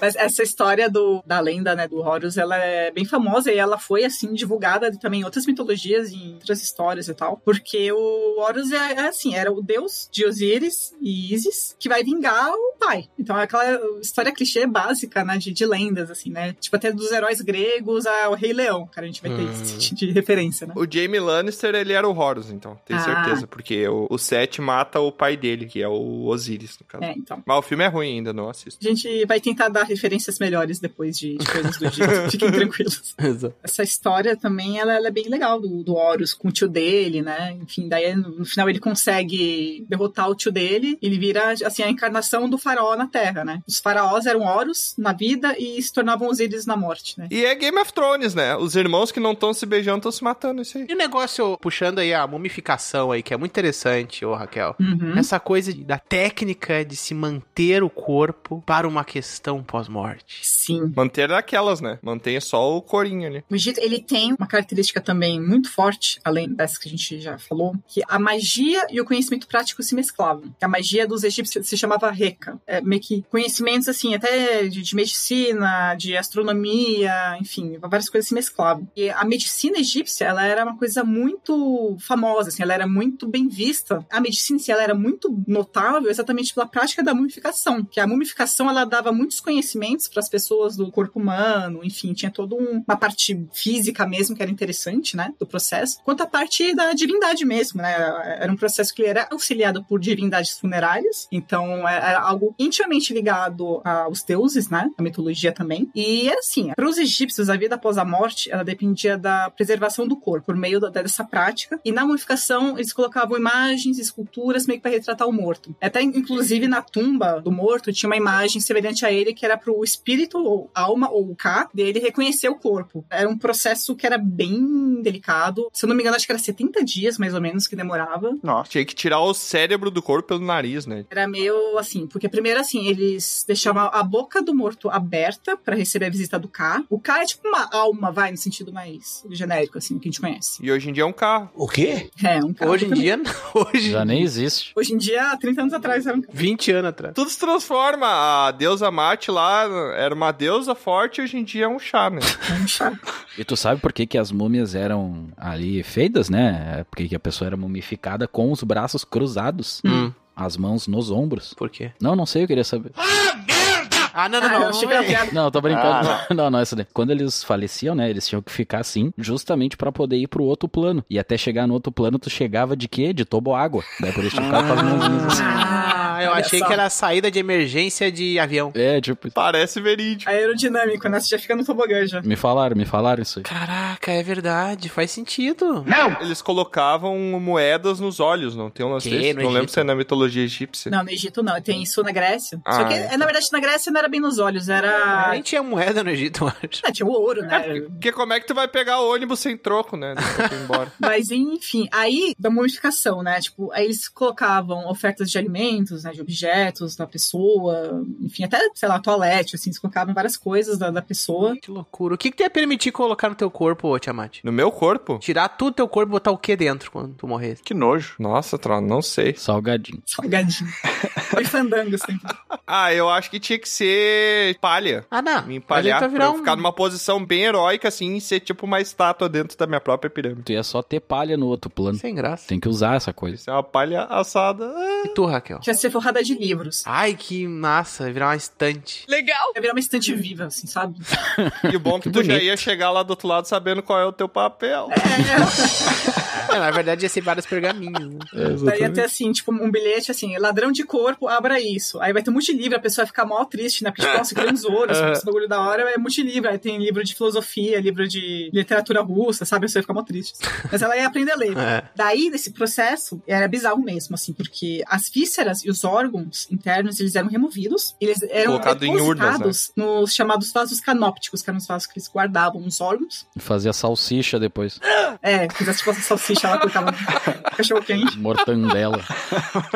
Speaker 3: Mas essa história do, da lenda, né, do Horus, ela é bem famosa e ela foi, assim, divulgada também em outras mitologias e em outras histórias e tal. Porque o Horus é, é assim, era o deus de Osíris e Isis que vai vingar o pai. Então é aquela história clichê básica, né, de, de lendas, assim, né? Tipo, até dos heróis gregos ao Rei Leão, cara, a gente vai ter
Speaker 1: Hum.
Speaker 3: esse tipo de referência, né?
Speaker 1: O Jamie Lannister, ele era o Horus, então. Tenho
Speaker 3: Ah.
Speaker 1: certeza. Porque o, o Seth mata o pai dele, que é o Osiris, no caso.
Speaker 3: É, então.
Speaker 1: Mas o filme é ruim ainda, não assisto.
Speaker 3: A gente vai tentar dar referências melhores depois de, de coisas do Egito. Fiquem tranquilos. Essa história também, ela, ela é bem legal, do, do Horus com o tio dele, né? Enfim, daí no no final ele consegue derrotar o tio dele. Ele vira, assim, a encarnação do faraó na Terra, né? Os faraós eram Horus na vida e se tornavam Osíris na morte, né?
Speaker 1: E é Game of Thrones, né? Os irmãos que não estão se beijando estão se matando, isso aí.
Speaker 6: E o negócio, puxando aí a mumificação aí, que é muito interessante, ô Raquel.
Speaker 3: Uhum.
Speaker 6: Essa coisa da técnica de se manter o corpo para uma questão pós-morte.
Speaker 3: Sim.
Speaker 1: Manter aquelas, né? Mantenha só o corinho ali.
Speaker 3: O Egito, ele tem uma característica também muito forte, além dessa que a gente já falou, que a magia e o conhecimento prático se mesclavam. A magia dos egípcios se chamava Reca. É meio que conhecimentos, assim, até de, de medicina, de astronomia, enfim, várias coisas se mesclavam. E a medicina egípcia, ela era uma coisa muito famosa, assim, ela era muito bem vista. A medicina, em si, ela era muito notável exatamente pela prática da mumificação, que a mumificação, ela dava muitos conhecimentos para as pessoas do corpo humano, enfim, tinha toda uma parte física mesmo que era interessante, né, do processo, quanto a parte da divindade mesmo, né, era um processo que era auxiliado por divindades funerárias, então é- era algo intimamente ligado aos deuses, né, a mitologia também, e era assim, para os egípcios a vida após a morte, ela dependia da preservação do corpo, por meio da- dessa prática, e na mumificação eles colocavam imagens, esculturas, meio que para retratar o morto. Até, inclusive, na tumba do morto tinha uma imagem semelhante a ele, que era pro espírito, ou alma, ou o K dele reconhecer o corpo. Era um processo que era bem delicado. Se eu não me engano, acho que era 70 dias, mais ou menos, que demorava.
Speaker 1: Nossa. Tinha que tirar o cérebro do corpo pelo nariz, né?
Speaker 3: Era meio assim, porque primeiro assim, eles deixavam a boca do morto aberta pra receber a visita do K. O K é tipo uma alma, vai, no sentido mais genérico, assim, que a gente conhece.
Speaker 1: E hoje em dia é um carro.
Speaker 3: O quê? É, um carro
Speaker 6: Hoje em
Speaker 3: também.
Speaker 6: dia, não. hoje.
Speaker 2: Já nem existe.
Speaker 3: Hoje em dia, 30 anos atrás, era um
Speaker 6: 20 anos atrás.
Speaker 1: Tudo se transforma. A deusa Mate lá era uma deusa forte e hoje em dia é um chá, né?
Speaker 3: um chá.
Speaker 2: E tu sabe por que, que as múmias eram ali feitas, né? É Porque que a pessoa era mumificada com os braços cruzados,
Speaker 6: Hum.
Speaker 2: as mãos nos ombros.
Speaker 6: Por quê?
Speaker 2: Não, não sei, eu queria saber.
Speaker 6: Ah, não, não,
Speaker 3: Ah,
Speaker 6: não.
Speaker 3: eu achei que era
Speaker 6: é.
Speaker 3: piada.
Speaker 2: Não, tô brincando.
Speaker 6: Ah,
Speaker 2: não, não, isso daí. Quando eles faleciam, né, eles tinham que ficar assim, justamente pra poder ir pro outro plano. E até chegar no outro plano, tu chegava de quê? De toboágua. Daí por isso tu ficava fazendo as minhas assim.
Speaker 6: Ah, eu
Speaker 3: Olha
Speaker 6: achei
Speaker 3: só.
Speaker 6: que era a saída de emergência de avião.
Speaker 2: É, tipo,
Speaker 1: Parece verídico.
Speaker 3: É Aerodinâmico, né? Você já fica no tobogã já.
Speaker 2: me falaram, me falaram isso aí.
Speaker 6: Caraca, é verdade, faz sentido.
Speaker 1: Eles colocavam moedas nos olhos, não tem um lance
Speaker 6: Que?
Speaker 1: desse?
Speaker 6: No
Speaker 1: Não lembro
Speaker 6: Egito?
Speaker 1: se é na mitologia egípcia.
Speaker 3: Não, no Egito não. Tem isso na Grécia.
Speaker 1: Ah,
Speaker 3: Só que,
Speaker 1: é.
Speaker 3: é, na verdade, na Grécia não era bem nos olhos, era.
Speaker 6: Nem tinha moeda no Egito, eu acho.
Speaker 3: Ah, tinha o ouro, né?
Speaker 1: Porque como é que tu vai pegar o ônibus sem troco, né? Depois tu ir embora.
Speaker 3: Mas enfim, aí da mumificação, né? Tipo, aí eles colocavam ofertas de alimentos, né? De objetos da pessoa, enfim, até, sei lá, toalete, assim, eles colocavam várias coisas da, da pessoa.
Speaker 6: Que loucura. O que, que tu ia permitir colocar no teu corpo, ô Tiamat?
Speaker 1: No meu corpo?
Speaker 6: Tirar tudo teu corpo e botar o que dentro quando tu morrer?
Speaker 5: Que nojo.
Speaker 1: Nossa, Tron, não sei.
Speaker 2: Salgadinho.
Speaker 3: Salgadinho. Foi fandango, assim.
Speaker 1: Ah, eu acho que tinha que ser palha.
Speaker 6: Ah, não.
Speaker 1: Me
Speaker 6: Mas
Speaker 1: empalhar pra
Speaker 6: então vai
Speaker 1: eu
Speaker 6: virar um-
Speaker 1: ficar numa posição bem heróica, assim, e ser tipo uma estátua dentro da minha própria pirâmide.
Speaker 2: Tu ia só ter palha no outro plano.
Speaker 6: Sem graça.
Speaker 2: Tem que usar essa coisa.
Speaker 1: Isso é uma palha assada. Ah,
Speaker 6: E tu, Raquel?
Speaker 3: Tinha que ser forrada de livros.
Speaker 6: Ai, que massa, virar uma estante.
Speaker 3: Legal! Ia virar uma estante viva, assim, sabe?
Speaker 1: E bom que,
Speaker 2: Que
Speaker 1: tu já
Speaker 2: bonito.
Speaker 1: ia chegar lá do outro lado sabendo qual é o teu papel.
Speaker 6: É, na verdade, ia ser vários pergaminhos. né?
Speaker 1: É,
Speaker 3: Daí ia ter assim, tipo, um bilhete assim, ladrão de corpo, abra isso. Aí vai ter um multilivro, a pessoa vai ficar mal triste, né? Porque, tipo, nossa, que grandes ouros, esse bagulho da hora é multilivro. Aí tem livro de filosofia, livro de literatura russa, sabe? A pessoa ia ficar mal triste. Mas ela ia aprender a ler.
Speaker 6: É.
Speaker 3: Daí, nesse processo, era bizarro mesmo, assim, porque as vísceras e os órgãos internos, eles eram removidos, eles eram
Speaker 1: Colocado em urnas, né?
Speaker 3: depositados nos chamados vasos canópticos, que eram os vasos que eles guardavam os órgãos.
Speaker 2: Fazia salsicha depois.
Speaker 3: É, fizesse tipo essa salsicha lá cortava cachorro quente.
Speaker 2: Mortandela.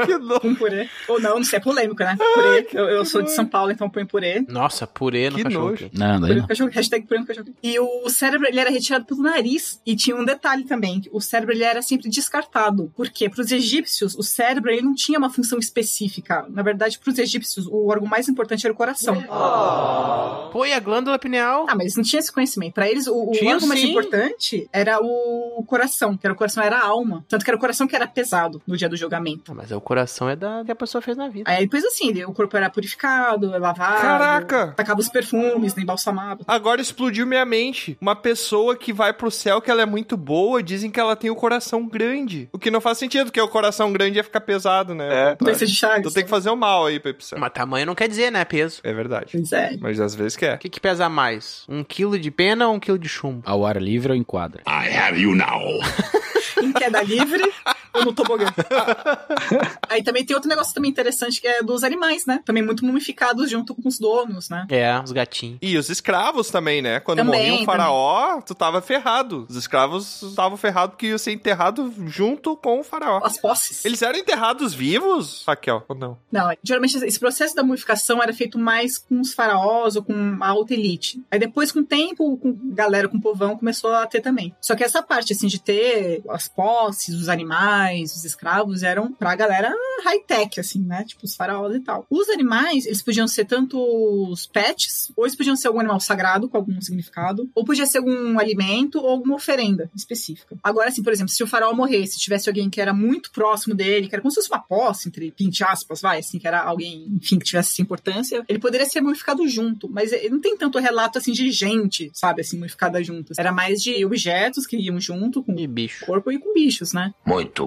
Speaker 3: que louco. Com purê. Ou não, não sei, é polêmico, né? Purê. Eu, eu sou de São Paulo, então põe purê.
Speaker 6: Nossa, purê no
Speaker 2: Que
Speaker 6: cachorro.
Speaker 2: nojo. Não, daí
Speaker 6: Purê
Speaker 2: não.
Speaker 3: Cachorro- hashtag purê no cachorro quente. E o cérebro, ele era retirado pelo nariz. E tinha um detalhe também. que O cérebro, ele era sempre descartado. Por quê? Para os egípcios, o cérebro, ele não tinha uma função específica. Na verdade, para os egípcios, o órgão mais importante era o coração.
Speaker 6: Pô, e a glândula pineal?
Speaker 3: Ah, mas eles não tinham esse conhecimento. Pra eles, o, o
Speaker 6: Tinham,
Speaker 3: órgão mais
Speaker 6: sim.
Speaker 3: importante era o coração, que era o coração, era a alma. Tanto que era o coração que era pesado no dia do julgamento.
Speaker 6: Ah, Mas o coração é da que a pessoa fez na vida.
Speaker 3: Aí depois assim, ele- o corpo era purificado, lavado.
Speaker 1: Caraca!
Speaker 3: Tacava os perfumes, né, nem balsamava.
Speaker 1: Agora explodiu minha mente. Uma pessoa que vai pro céu, que ela é muito boa, dizem que ela tem o coração grande. O que não faz sentido, porque o coração grande ia ficar pesado, né? É.
Speaker 3: Doença de Chagas.
Speaker 1: Então tem que fazer o mal aí pra ir pro céu.
Speaker 6: Mas tamanho não quer dizer, né? Peso.
Speaker 1: É verdade.
Speaker 3: Pois é.
Speaker 1: Mas às vezes quer.
Speaker 6: O que, que pesa mais? Um quilo de pena ou um quilo de chumbo?
Speaker 2: Ao ar livre ou enquadra?
Speaker 6: I have you now.
Speaker 3: Em queda livre ou no tobogã. Aí também tem outro negócio também interessante que é dos animais, né? Também muito mumificados junto com os donos, né?
Speaker 6: É, os gatinhos.
Speaker 1: E os escravos também, né? Quando
Speaker 3: Também,
Speaker 1: morria um faraó, tu tava ferrado. Os escravos estavam ferrados que iam ser enterrados junto com o faraó.
Speaker 3: As posses.
Speaker 1: Eles eram enterrados vivos, Raquel? Ou não?
Speaker 3: Não, geralmente esse processo da mumificação era feito mais com os faraós ou com a alta elite. Aí depois, com o tempo, com a galera, com o povão, começou a ter também. Só que essa parte, assim, de ter as posses, os animais, os escravos, eram pra galera high-tech, assim, né? Tipo, os faraós e tal. Os animais, eles podiam ser tanto os pets, ou eles podiam ser algum animal sagrado, com algum significado, ou podia ser algum alimento ou alguma oferenda específica. Agora, assim, por exemplo, se o faraó morresse, tivesse alguém que era muito próximo dele, que era como se fosse uma posse, entre pinte aspas, vai, assim, que era alguém, enfim, que tivesse essa importância, ele poderia ser mumificado junto, mas ele não tem tanto relato, assim, de gente, sabe, assim, mumificada junto. Era mais de objetos que iam junto com
Speaker 6: o
Speaker 3: corpo e com bichos, né?
Speaker 17: Muito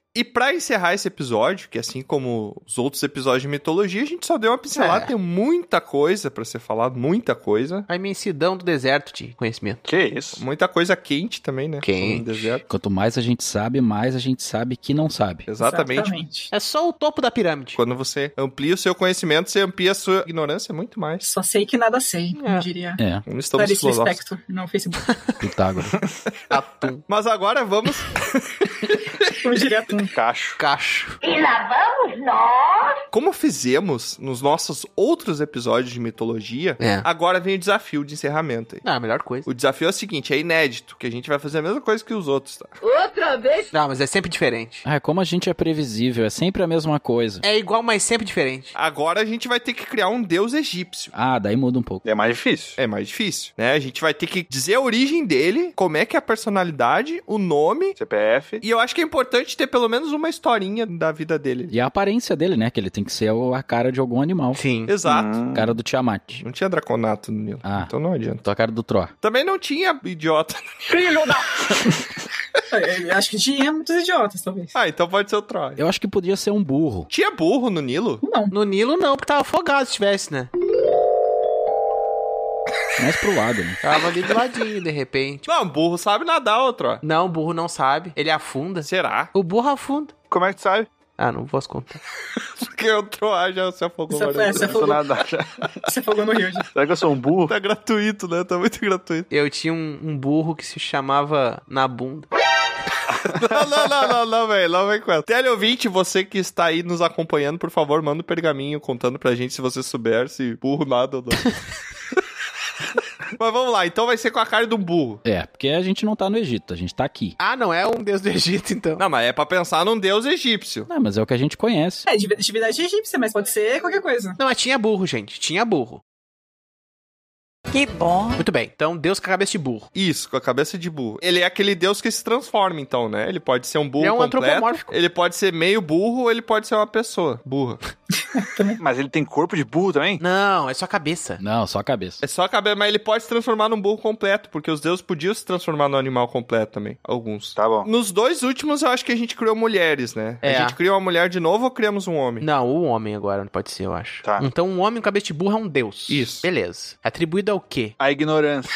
Speaker 1: E pra encerrar esse episódio, que assim como os outros episódios de mitologia, a gente só deu uma pincelada,
Speaker 6: É.
Speaker 1: tem muita coisa pra ser falado, muita coisa.
Speaker 6: A imensidão do deserto de conhecimento.
Speaker 1: Que isso? Muita coisa quente também, né?
Speaker 6: Quente.
Speaker 1: Falando do deserto.
Speaker 2: Quanto mais a gente sabe, mais a gente sabe que não sabe.
Speaker 1: Exatamente.
Speaker 6: É só o topo da pirâmide.
Speaker 1: Quando você amplia o seu conhecimento, você amplia a sua ignorância muito mais.
Speaker 3: Só sei que nada sei, como diria.
Speaker 2: É.
Speaker 1: Não estamos
Speaker 3: Clarice
Speaker 1: filosóficos.
Speaker 3: Lispector, no Facebook.
Speaker 2: Pitágoras.
Speaker 1: Mas agora vamos.
Speaker 3: Como diria
Speaker 5: Um Cacho.
Speaker 6: Cacho.
Speaker 12: E lá vamos nós.
Speaker 1: Como fizemos nos nossos outros episódios de mitologia,
Speaker 6: É.
Speaker 1: agora vem o desafio de encerramento aí.
Speaker 6: Ah, a melhor coisa.
Speaker 1: O desafio é o seguinte: é inédito, que a gente vai fazer a mesma coisa que os outros, tá?
Speaker 12: Outra vez.
Speaker 6: Não, mas é sempre diferente.
Speaker 2: Ah, como a gente é previsível, é sempre a mesma coisa.
Speaker 6: É igual, mas sempre diferente.
Speaker 1: Agora a gente vai ter que criar um deus egípcio.
Speaker 2: Ah, daí muda um pouco.
Speaker 5: É mais difícil.
Speaker 1: É mais difícil, né? A gente vai ter que dizer a origem dele, como é que é a personalidade, o nome.
Speaker 5: CPF.
Speaker 1: E eu acho que é importante ter pelo menos uma historinha da vida dele.
Speaker 2: E a aparência dele, né? Que ele tem que ser o- a cara de algum animal.
Speaker 6: Sim.
Speaker 1: Exato.
Speaker 2: Cara do Tiamat.
Speaker 1: Não tinha draconato no Nilo.
Speaker 2: Ah.
Speaker 1: Então não adianta.
Speaker 2: Tua cara do Tro.
Speaker 1: Também não tinha idiota.
Speaker 12: Filho da...
Speaker 3: Eu É, Acho que tinha muitos idiotas, talvez.
Speaker 1: Ah, então pode ser o Troy.
Speaker 2: Eu acho que podia ser um burro.
Speaker 1: Tinha burro no Nilo?
Speaker 3: Não.
Speaker 6: No Nilo não, porque tava afogado se tivesse, né?
Speaker 2: Mais pro lado, né?
Speaker 6: Tava ali do ladinho, de repente.
Speaker 1: Não, burro sabe nadar, ô Troy.
Speaker 6: Não, o burro não sabe. Ele afunda.
Speaker 1: Será?
Speaker 6: O burro afunda.
Speaker 5: Como é que tu sabe?
Speaker 6: Ah, não posso contar.
Speaker 1: Porque o Troy já se afogou.
Speaker 6: é
Speaker 3: Você
Speaker 1: várias
Speaker 3: foi-
Speaker 1: vezes.
Speaker 3: você foi-
Speaker 5: Nada. já.
Speaker 3: Você afogou no rio. já.
Speaker 5: Será que eu sou um burro?
Speaker 1: Tá gratuito, né? Tá muito gratuito.
Speaker 6: Eu tinha um, um burro que se chamava na bunda.
Speaker 1: Não, não, não, não, não, velho. Não vem com essa. Teleouvinte, você que está aí nos acompanhando, por favor, manda um pergaminho contando pra gente se você souber se burro nada ou não. Mas vamos lá, então vai ser com a cara de um burro.
Speaker 2: É, porque a gente não tá no Egito, a gente tá aqui.
Speaker 6: Ah, não é um deus do Egito, então.
Speaker 1: Não, mas é pra pensar num deus egípcio.
Speaker 2: Não, mas é o que a gente conhece.
Speaker 3: É, div- divindade egípcia, mas pode ser qualquer coisa.
Speaker 6: Não, mas tinha burro, gente. Tinha burro.
Speaker 15: Que bom.
Speaker 6: Muito bem. Então, deus com a cabeça de burro.
Speaker 1: Isso, com a cabeça de burro. Ele é aquele deus que se transforma, então, né? Ele pode ser um burro
Speaker 6: Ele é um
Speaker 1: completo.
Speaker 6: antropomórfico.
Speaker 1: Ele pode ser meio burro ou ele pode ser uma pessoa burra.
Speaker 5: Mas ele tem corpo de burro também?
Speaker 6: Não, é só a cabeça.
Speaker 2: Não, só a cabeça.
Speaker 1: É só a cabeça, mas ele pode se transformar num burro completo, porque os deuses podiam se transformar num animal completo também, alguns.
Speaker 5: Tá bom.
Speaker 1: Nos dois últimos, eu acho que a gente criou mulheres, né?
Speaker 6: É.
Speaker 1: A gente criou uma mulher de novo ou criamos um homem?
Speaker 6: Não, o homem agora não pode ser, eu acho.
Speaker 5: Tá.
Speaker 6: Então, um homem com cabeça de burro é um deus.
Speaker 1: Isso.
Speaker 6: Beleza. Atribuído ao quê?
Speaker 5: A ignorância.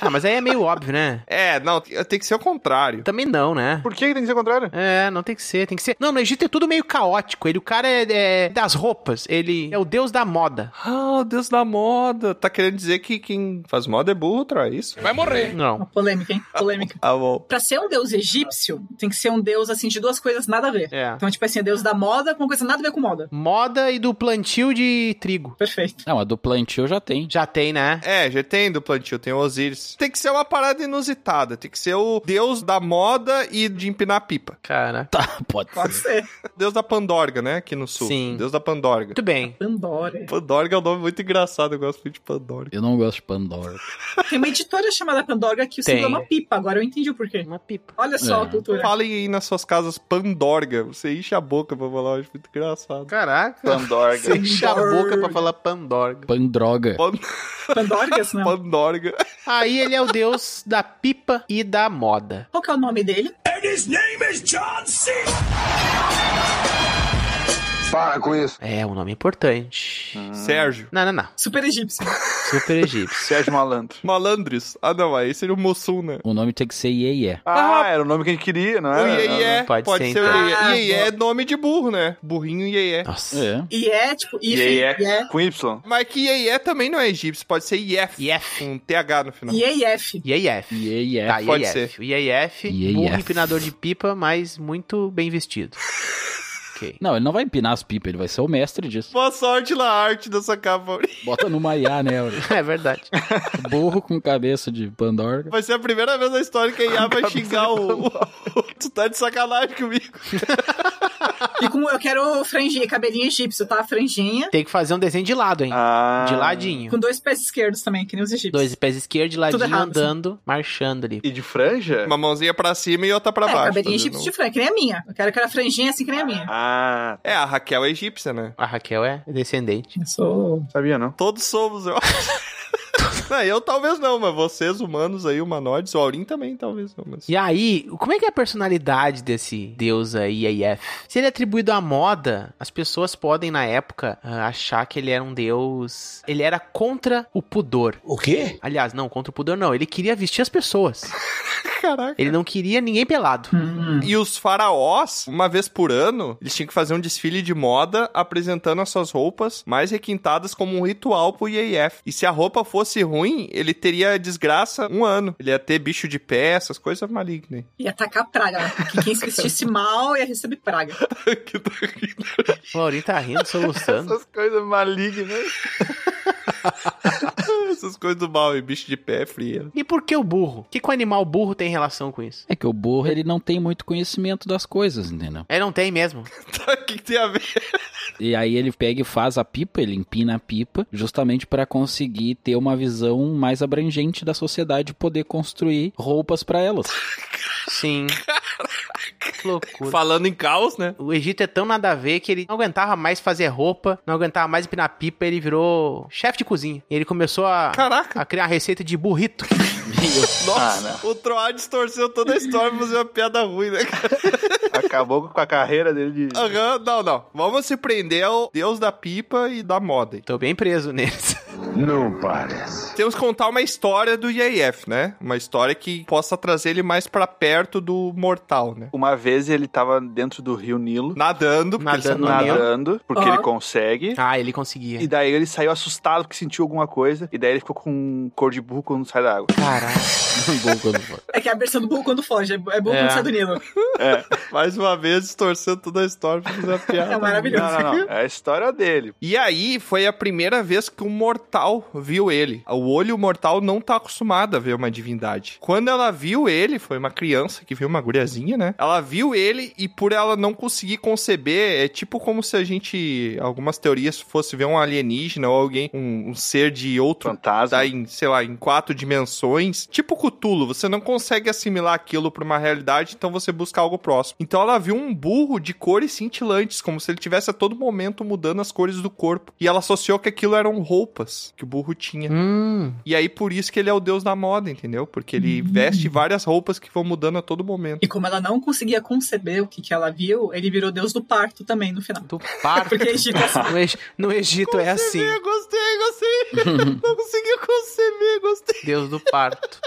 Speaker 6: Ah, mas aí é meio óbvio, né?
Speaker 1: É, não, tem que ser o contrário.
Speaker 6: Também não, né?
Speaker 5: Por que que tem que ser o contrário?
Speaker 6: É, não tem que ser, tem que ser. Não, no Egito é tudo meio caótico. Ele, o cara é, é das roupas. Ele é o deus da moda.
Speaker 1: Ah, o deus da moda. Tá querendo dizer que quem faz moda é burro, é isso?
Speaker 5: Vai morrer.
Speaker 6: Não.
Speaker 3: Uma polêmica, hein? Polêmica.
Speaker 1: Ah, bom.
Speaker 3: Pra ser um deus egípcio, tem que ser um deus, assim, de duas coisas nada a ver.
Speaker 6: É.
Speaker 3: Então, tipo assim, é deus da moda com uma coisa nada a ver com moda.
Speaker 6: Moda e do plantio de trigo.
Speaker 3: Perfeito.
Speaker 2: Não, a do plantio já tem.
Speaker 6: Já tem, né?
Speaker 1: É, já tem do plantio, tem o Osiris. Tem que ser uma parada inusitada, tem que ser o deus da moda e de empinar pipa.
Speaker 6: Cara.
Speaker 2: Tá, pode
Speaker 3: Pode
Speaker 2: ser.
Speaker 3: ser.
Speaker 1: Deus da Pandorga, né? Aqui no sul.
Speaker 6: Sim.
Speaker 1: Deus da Pandorga.
Speaker 6: Muito bem.
Speaker 3: Pandora.
Speaker 1: Pandorga é um nome muito engraçado, eu gosto muito de Pandorga.
Speaker 2: Eu não gosto de Pandora.
Speaker 3: Tem uma editora chamada Pandora que o
Speaker 6: Tem.
Speaker 3: símbolo é uma pipa. Agora eu entendi o porquê.
Speaker 6: Uma pipa.
Speaker 3: Olha só
Speaker 2: É.
Speaker 3: a cultura.
Speaker 1: Falem aí nas suas casas Pandorga. Você enche a boca pra falar, eu acho muito engraçado.
Speaker 5: é
Speaker 6: Caraca.
Speaker 5: um
Speaker 6: Você
Speaker 5: Pandorga.
Speaker 6: enche a boca pra falar pandorga.
Speaker 2: Pandroga.
Speaker 1: Pan-
Speaker 3: Pandorgas, né?
Speaker 1: Pandorga.
Speaker 6: Aí ele é o deus da pipa e da moda.
Speaker 3: Qual que é o nome dele?
Speaker 18: Para com isso.
Speaker 6: É, um nome importante.
Speaker 1: Sérgio.
Speaker 6: Não, não, não.
Speaker 3: Super egípcio.
Speaker 6: Super egípcio.
Speaker 5: Sérgio Malandro.
Speaker 1: Malandres. Ah, não, aí seria o Mussum, né?
Speaker 2: O nome tem que ser Iê
Speaker 5: Ah, era o nome que a gente queria, não
Speaker 1: o
Speaker 5: era?
Speaker 1: Iê
Speaker 6: Ah, não, pode
Speaker 1: Pode,
Speaker 6: ser, Tá.
Speaker 1: ser o
Speaker 3: então.
Speaker 1: Iê.
Speaker 3: Ah,
Speaker 1: Iê é nome de burro, né? Burrinho Iê.
Speaker 6: Nossa.
Speaker 2: É.
Speaker 3: E é, tipo,
Speaker 5: E
Speaker 3: if,
Speaker 5: aí
Speaker 3: yeah,
Speaker 5: é com Y.
Speaker 1: Mas que Iê também não é egípcio, pode ser Ief.
Speaker 6: IEF.
Speaker 1: Com TH no final.
Speaker 3: é, IEF.
Speaker 6: IEF.
Speaker 2: Iê
Speaker 6: Tá,
Speaker 1: Pode
Speaker 6: IEF. O IEF,
Speaker 2: IEF.
Speaker 6: burro empinador de pipa, mas muito bem vestido. ok.
Speaker 2: Não, ele não vai empinar as pipas, ele vai ser o mestre disso.
Speaker 1: Boa sorte na arte dessa capa.
Speaker 2: Bota no Maiá, né? olha.
Speaker 6: É verdade.
Speaker 2: Burro com cabeça de Pandorga.
Speaker 1: Vai ser a primeira vez na história que a Iá vai xingar o... Tu tá de sacanagem comigo.
Speaker 3: E com eu quero franjinha, cabelinho egípcio, tá? Franjinha.
Speaker 6: Tem que fazer um desenho de lado, hein?
Speaker 5: Ah.
Speaker 6: De ladinho.
Speaker 3: Com dois pés esquerdos também, que nem os egípcios.
Speaker 6: Dois pés esquerdos, de ladinho,
Speaker 3: errado,
Speaker 6: andando, marchando ali.
Speaker 5: E de
Speaker 6: É.
Speaker 5: franja?
Speaker 1: Uma mãozinha pra cima e outra pra
Speaker 3: É,
Speaker 1: baixo.
Speaker 3: cabelinho
Speaker 1: tá
Speaker 3: egípcio
Speaker 1: vendo?
Speaker 3: de franjinha, que nem a minha. Eu quero aquela franjinha assim que nem a minha.
Speaker 5: Ah,
Speaker 1: É, a Raquel é egípcia, né?
Speaker 6: A Raquel é descendente.
Speaker 3: Eu sou.
Speaker 5: sabia não.
Speaker 1: Todos somos, eu acho. Não, eu talvez não, mas vocês, humanos aí, humanoides, o Aurim também talvez não, mas...
Speaker 6: E aí, como é que é a personalidade desse deus aí, IEF? Se ele é atribuído à moda, as pessoas podem, na época, ah, achar que ele era um deus... Ele era contra o pudor.
Speaker 16: O quê?
Speaker 6: Aliás, não, contra o pudor não. Ele queria vestir as pessoas.
Speaker 1: Caraca.
Speaker 6: Ele não queria ninguém pelado.
Speaker 1: E os faraós, uma vez por ano, eles tinham que fazer um desfile de moda apresentando as suas roupas mais requintadas como um ritual pro IEF. E se a roupa fosse ruim, ele teria desgraça um ano. Ele ia ter bicho de pé, essas coisas malignas.
Speaker 3: Ia atacar praga, né? Que quem se vestisse mal ia receber praga.
Speaker 1: Que doido.
Speaker 6: O Laurinho tá rindo, soluçando.
Speaker 5: Essas coisas malignas.
Speaker 1: essas coisas do mal, e bicho de pé é fria.
Speaker 6: E por que o burro? O que, que o animal burro tem relação com isso?
Speaker 2: É que o burro, ele não tem muito conhecimento das coisas, entendeu?
Speaker 6: É, não tem mesmo.
Speaker 1: Tá, o que que tem a ver?
Speaker 2: E aí ele pega e faz a pipa, ele empina a pipa, justamente pra conseguir ter uma visão mais abrangente da sociedade e poder construir roupas pra elas.
Speaker 6: Sim. Que loucura.
Speaker 1: Falando em caos, né?
Speaker 6: O Egito é tão nada a ver que ele não aguentava mais fazer roupa, não aguentava mais empinar pipa, ele virou chefe de cozinha. E ele começou a,
Speaker 1: Caraca!
Speaker 6: a criar a receita de burrito.
Speaker 5: Ah,
Speaker 1: Nossa, o Troá distorceu toda a história pra fazer uma piada ruim, né, cara?
Speaker 5: Acabou com a carreira dele de.
Speaker 1: Aham, não, não. Vamos se prender ao deus da pipa e da moda.
Speaker 6: Tô bem preso neles.
Speaker 18: Não parece.
Speaker 1: Temos que contar uma história do IEF, né? Uma história que possa trazer ele mais pra perto do mortal, né?
Speaker 5: Uma vez ele tava dentro do rio Nilo,
Speaker 1: Nadando, porque ele tá
Speaker 6: Nadando
Speaker 1: sabe nadar.
Speaker 6: Nilo.
Speaker 5: nadando, porque
Speaker 3: Ó.
Speaker 5: ele consegue.
Speaker 6: Ah, ele conseguia.
Speaker 5: E daí ele saiu assustado porque sentiu alguma coisa. E daí ele ficou com cor de burro quando sai da água.
Speaker 6: Caralho.
Speaker 2: Burro quando for.
Speaker 3: É que é a versão do burro quando foge, é burro
Speaker 6: É.
Speaker 3: quando sai do Nilo.
Speaker 1: Mais uma vez, distorcendo toda a história pra fazer uma piada.
Speaker 3: É maravilhoso.
Speaker 5: Não, não, não. É a história dele.
Speaker 1: E aí, foi a primeira vez que um mortal viu ele. O olho mortal não tá acostumado a ver uma divindade. Quando ela viu ele, foi uma criança que viu uma guriazinha, né? Ela viu ele e por ela não conseguir conceber, é tipo como se a gente, algumas teorias, fosse ver um alienígena ou alguém, um, um ser de outro
Speaker 5: Fantasma.
Speaker 1: tá em, sei lá, em quatro dimensões. Tipo Cutulo, você não consegue assimilar aquilo pra uma realidade, então você busca algo próximo. Então ela viu um burro de cores cintilantes, como se ele tivesse a todo momento mudando as cores do corpo. E ela associou que aquilo eram roupas que o burro tinha.
Speaker 6: Hum.
Speaker 1: E aí por isso que ele é o deus da moda, entendeu? Porque ele veste várias roupas que vão mudando a todo momento.
Speaker 3: E como ela não conseguia conceber o que, que ela viu, ele virou deus do parto também no final.
Speaker 6: Do parto.
Speaker 3: Porque Egito é assim.
Speaker 6: No, Egi- no Egito é assim.
Speaker 1: Eu gostei, gostei. não consegui conceber, gostei.
Speaker 6: Deus do parto.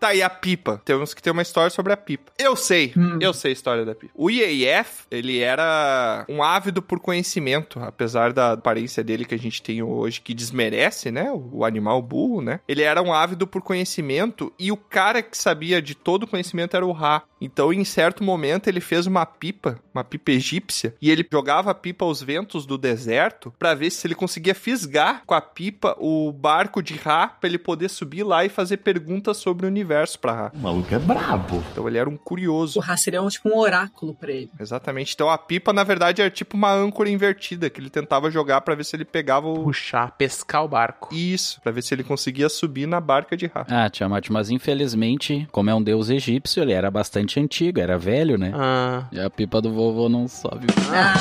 Speaker 1: Tá, e a pipa? Temos que ter uma história sobre a pipa. Eu sei, eu sei a história da pipa. O IAF, ele era um ávido por conhecimento, apesar da aparência dele que a gente tem hoje, que desmerece, né? O animal burro, né? Ele era um ávido por conhecimento e o cara que sabia de todo o conhecimento era o Ra. Então, em certo momento, ele fez uma pipa, uma pipa egípcia, e ele jogava a pipa aos ventos do deserto pra ver se ele conseguia fisgar com a pipa o barco de Ra pra ele poder subir lá e fazer perguntas sobre o universo pra Ra.
Speaker 5: O maluco é brabo.
Speaker 1: Então ele era um curioso.
Speaker 3: O Ra seria um, tipo um oráculo pra ele.
Speaker 1: Exatamente. Então a pipa, na verdade, era tipo uma âncora invertida que ele tentava jogar pra ver se ele pegava o.
Speaker 21: Puxar, pescar o barco.
Speaker 1: Isso, pra ver se ele conseguia subir na barca de Ra.
Speaker 2: Ah, Tiamat, mas infelizmente, como é um deus egípcio, ele era bastante antigo, era velho, né?
Speaker 21: Ah.
Speaker 2: E a pipa do vovô não sobe.
Speaker 3: tá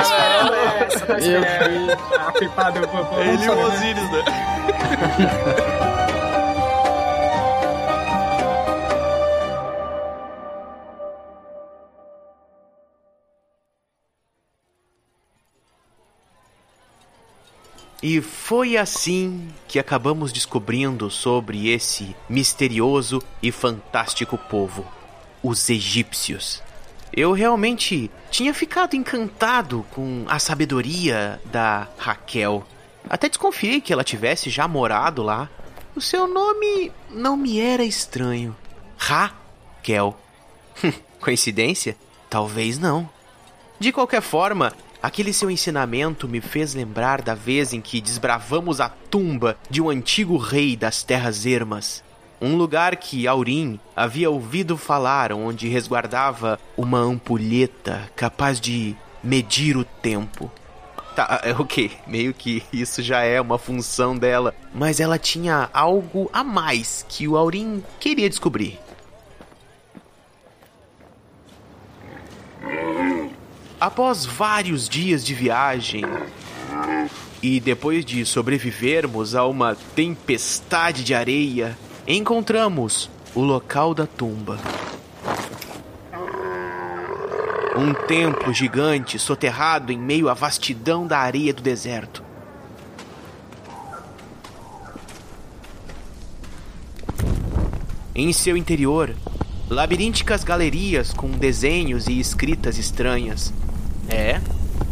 Speaker 3: esperando
Speaker 5: É.
Speaker 3: essa, tá
Speaker 2: Meu
Speaker 3: esperando. Ah, pipado, eu vou- vou-
Speaker 1: Ele e o
Speaker 3: vou-
Speaker 1: Osiris, né?
Speaker 6: E foi assim que acabamos descobrindo sobre esse misterioso e fantástico povo, os egípcios. Eu realmente tinha ficado encantado com a sabedoria da Raquel. Até desconfiei que ela tivesse já morado lá. O seu nome não me era estranho. Raquel. Coincidência? Talvez não. De qualquer forma, aquele seu ensinamento me fez lembrar da vez em que desbravamos a tumba de um antigo rei das terras ermas. Um lugar que Aurim havia ouvido falar, onde resguardava uma ampulheta capaz de medir o tempo. Tá, é, ok, meio que isso já é uma função dela, mas ela tinha algo a mais que o Aurim queria descobrir. Após vários dias de viagem e depois de sobrevivermos a uma tempestade de areia, encontramos o local da tumba. Um templo gigante soterrado em meio à vastidão da areia do deserto. Em seu interior, labirínticas galerias com desenhos e escritas estranhas. É,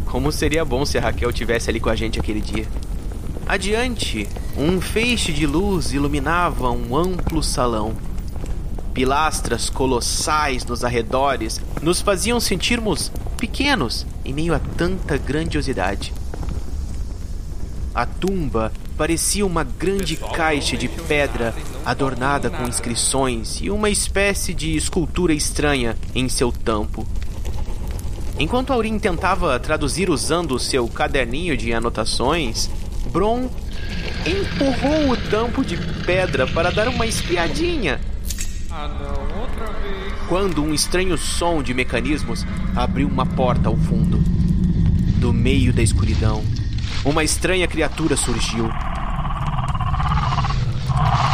Speaker 6: como seria bom se a Raquel tivesse ali com a gente aquele dia. Adiante, um feixe de luz iluminava um amplo salão. Pilastras colossais nos arredores nos faziam sentirmos pequenos em meio a tanta grandiosidade. A tumba parecia uma grande caixa de pedra adornada com inscrições e uma espécie de escultura estranha em seu tampo. Enquanto Aurim tentava traduzir usando seu caderninho de anotações, Bron empurrou o tampo de pedra para dar uma espiadinha. Quando um estranho som de mecanismos abriu uma porta ao fundo. Do meio da escuridão, uma estranha criatura surgiu.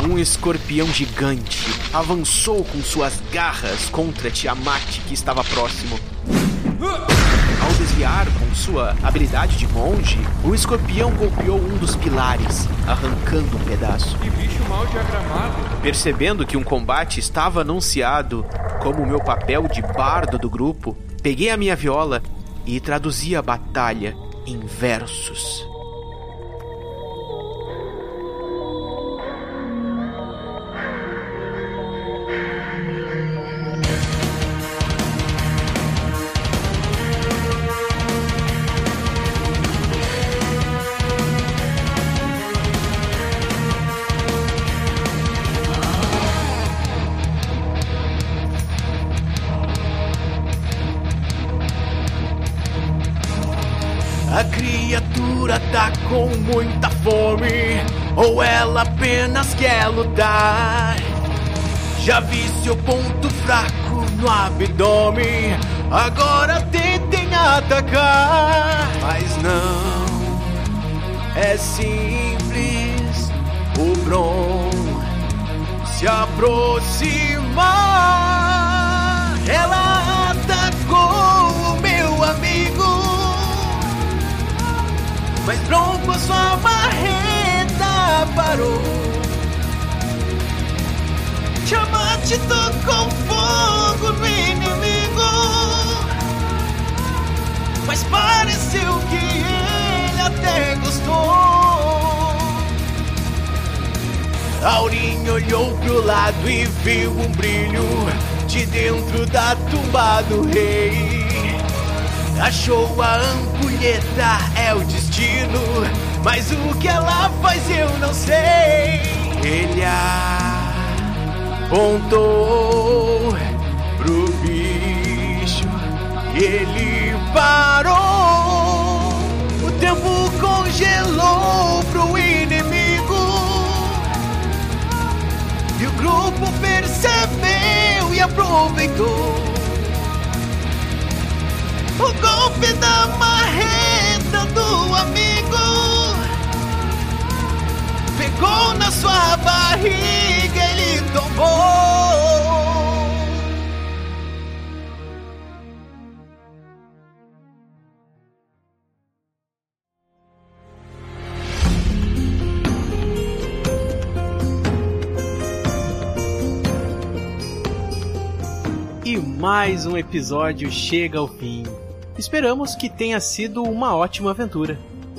Speaker 6: Um escorpião gigante avançou com suas garras contra Tiamat, que estava próximo. Ao desviar com sua habilidade de monge, o escorpião golpeou um dos pilares, arrancando um pedaço.
Speaker 22: Que bicho mal diagramado.
Speaker 6: Percebendo que um combate estava anunciado, como meu papel de bardo do grupo, peguei a minha viola e traduzi a batalha em versos.
Speaker 23: A criatura tá com muita fome, ou ela apenas quer lutar. Já vi seu ponto fraco no abdômen, agora tentem atacar. Mas não, é simples o Bron se aproximar. Ela atacou o meu amigo. Mas Bron com sua marreta parou
Speaker 6: Chamate tocou fogo no inimigo, mas pareceu que ele até gostou. Aurinho olhou pro lado e viu um brilho de dentro da tumba do rei. Achou a ampulheta é o destino, mas o que ela faz eu não sei. Ele apontou pro bicho e ele parou. O tempo congelou pro inimigo. E o grupo percebeu e aproveitou O golpe da marreta do amigo Pegou na sua barriga, ele tombou
Speaker 24: E mais um episódio chega ao fim. Esperamos que tenha sido uma ótima aventura.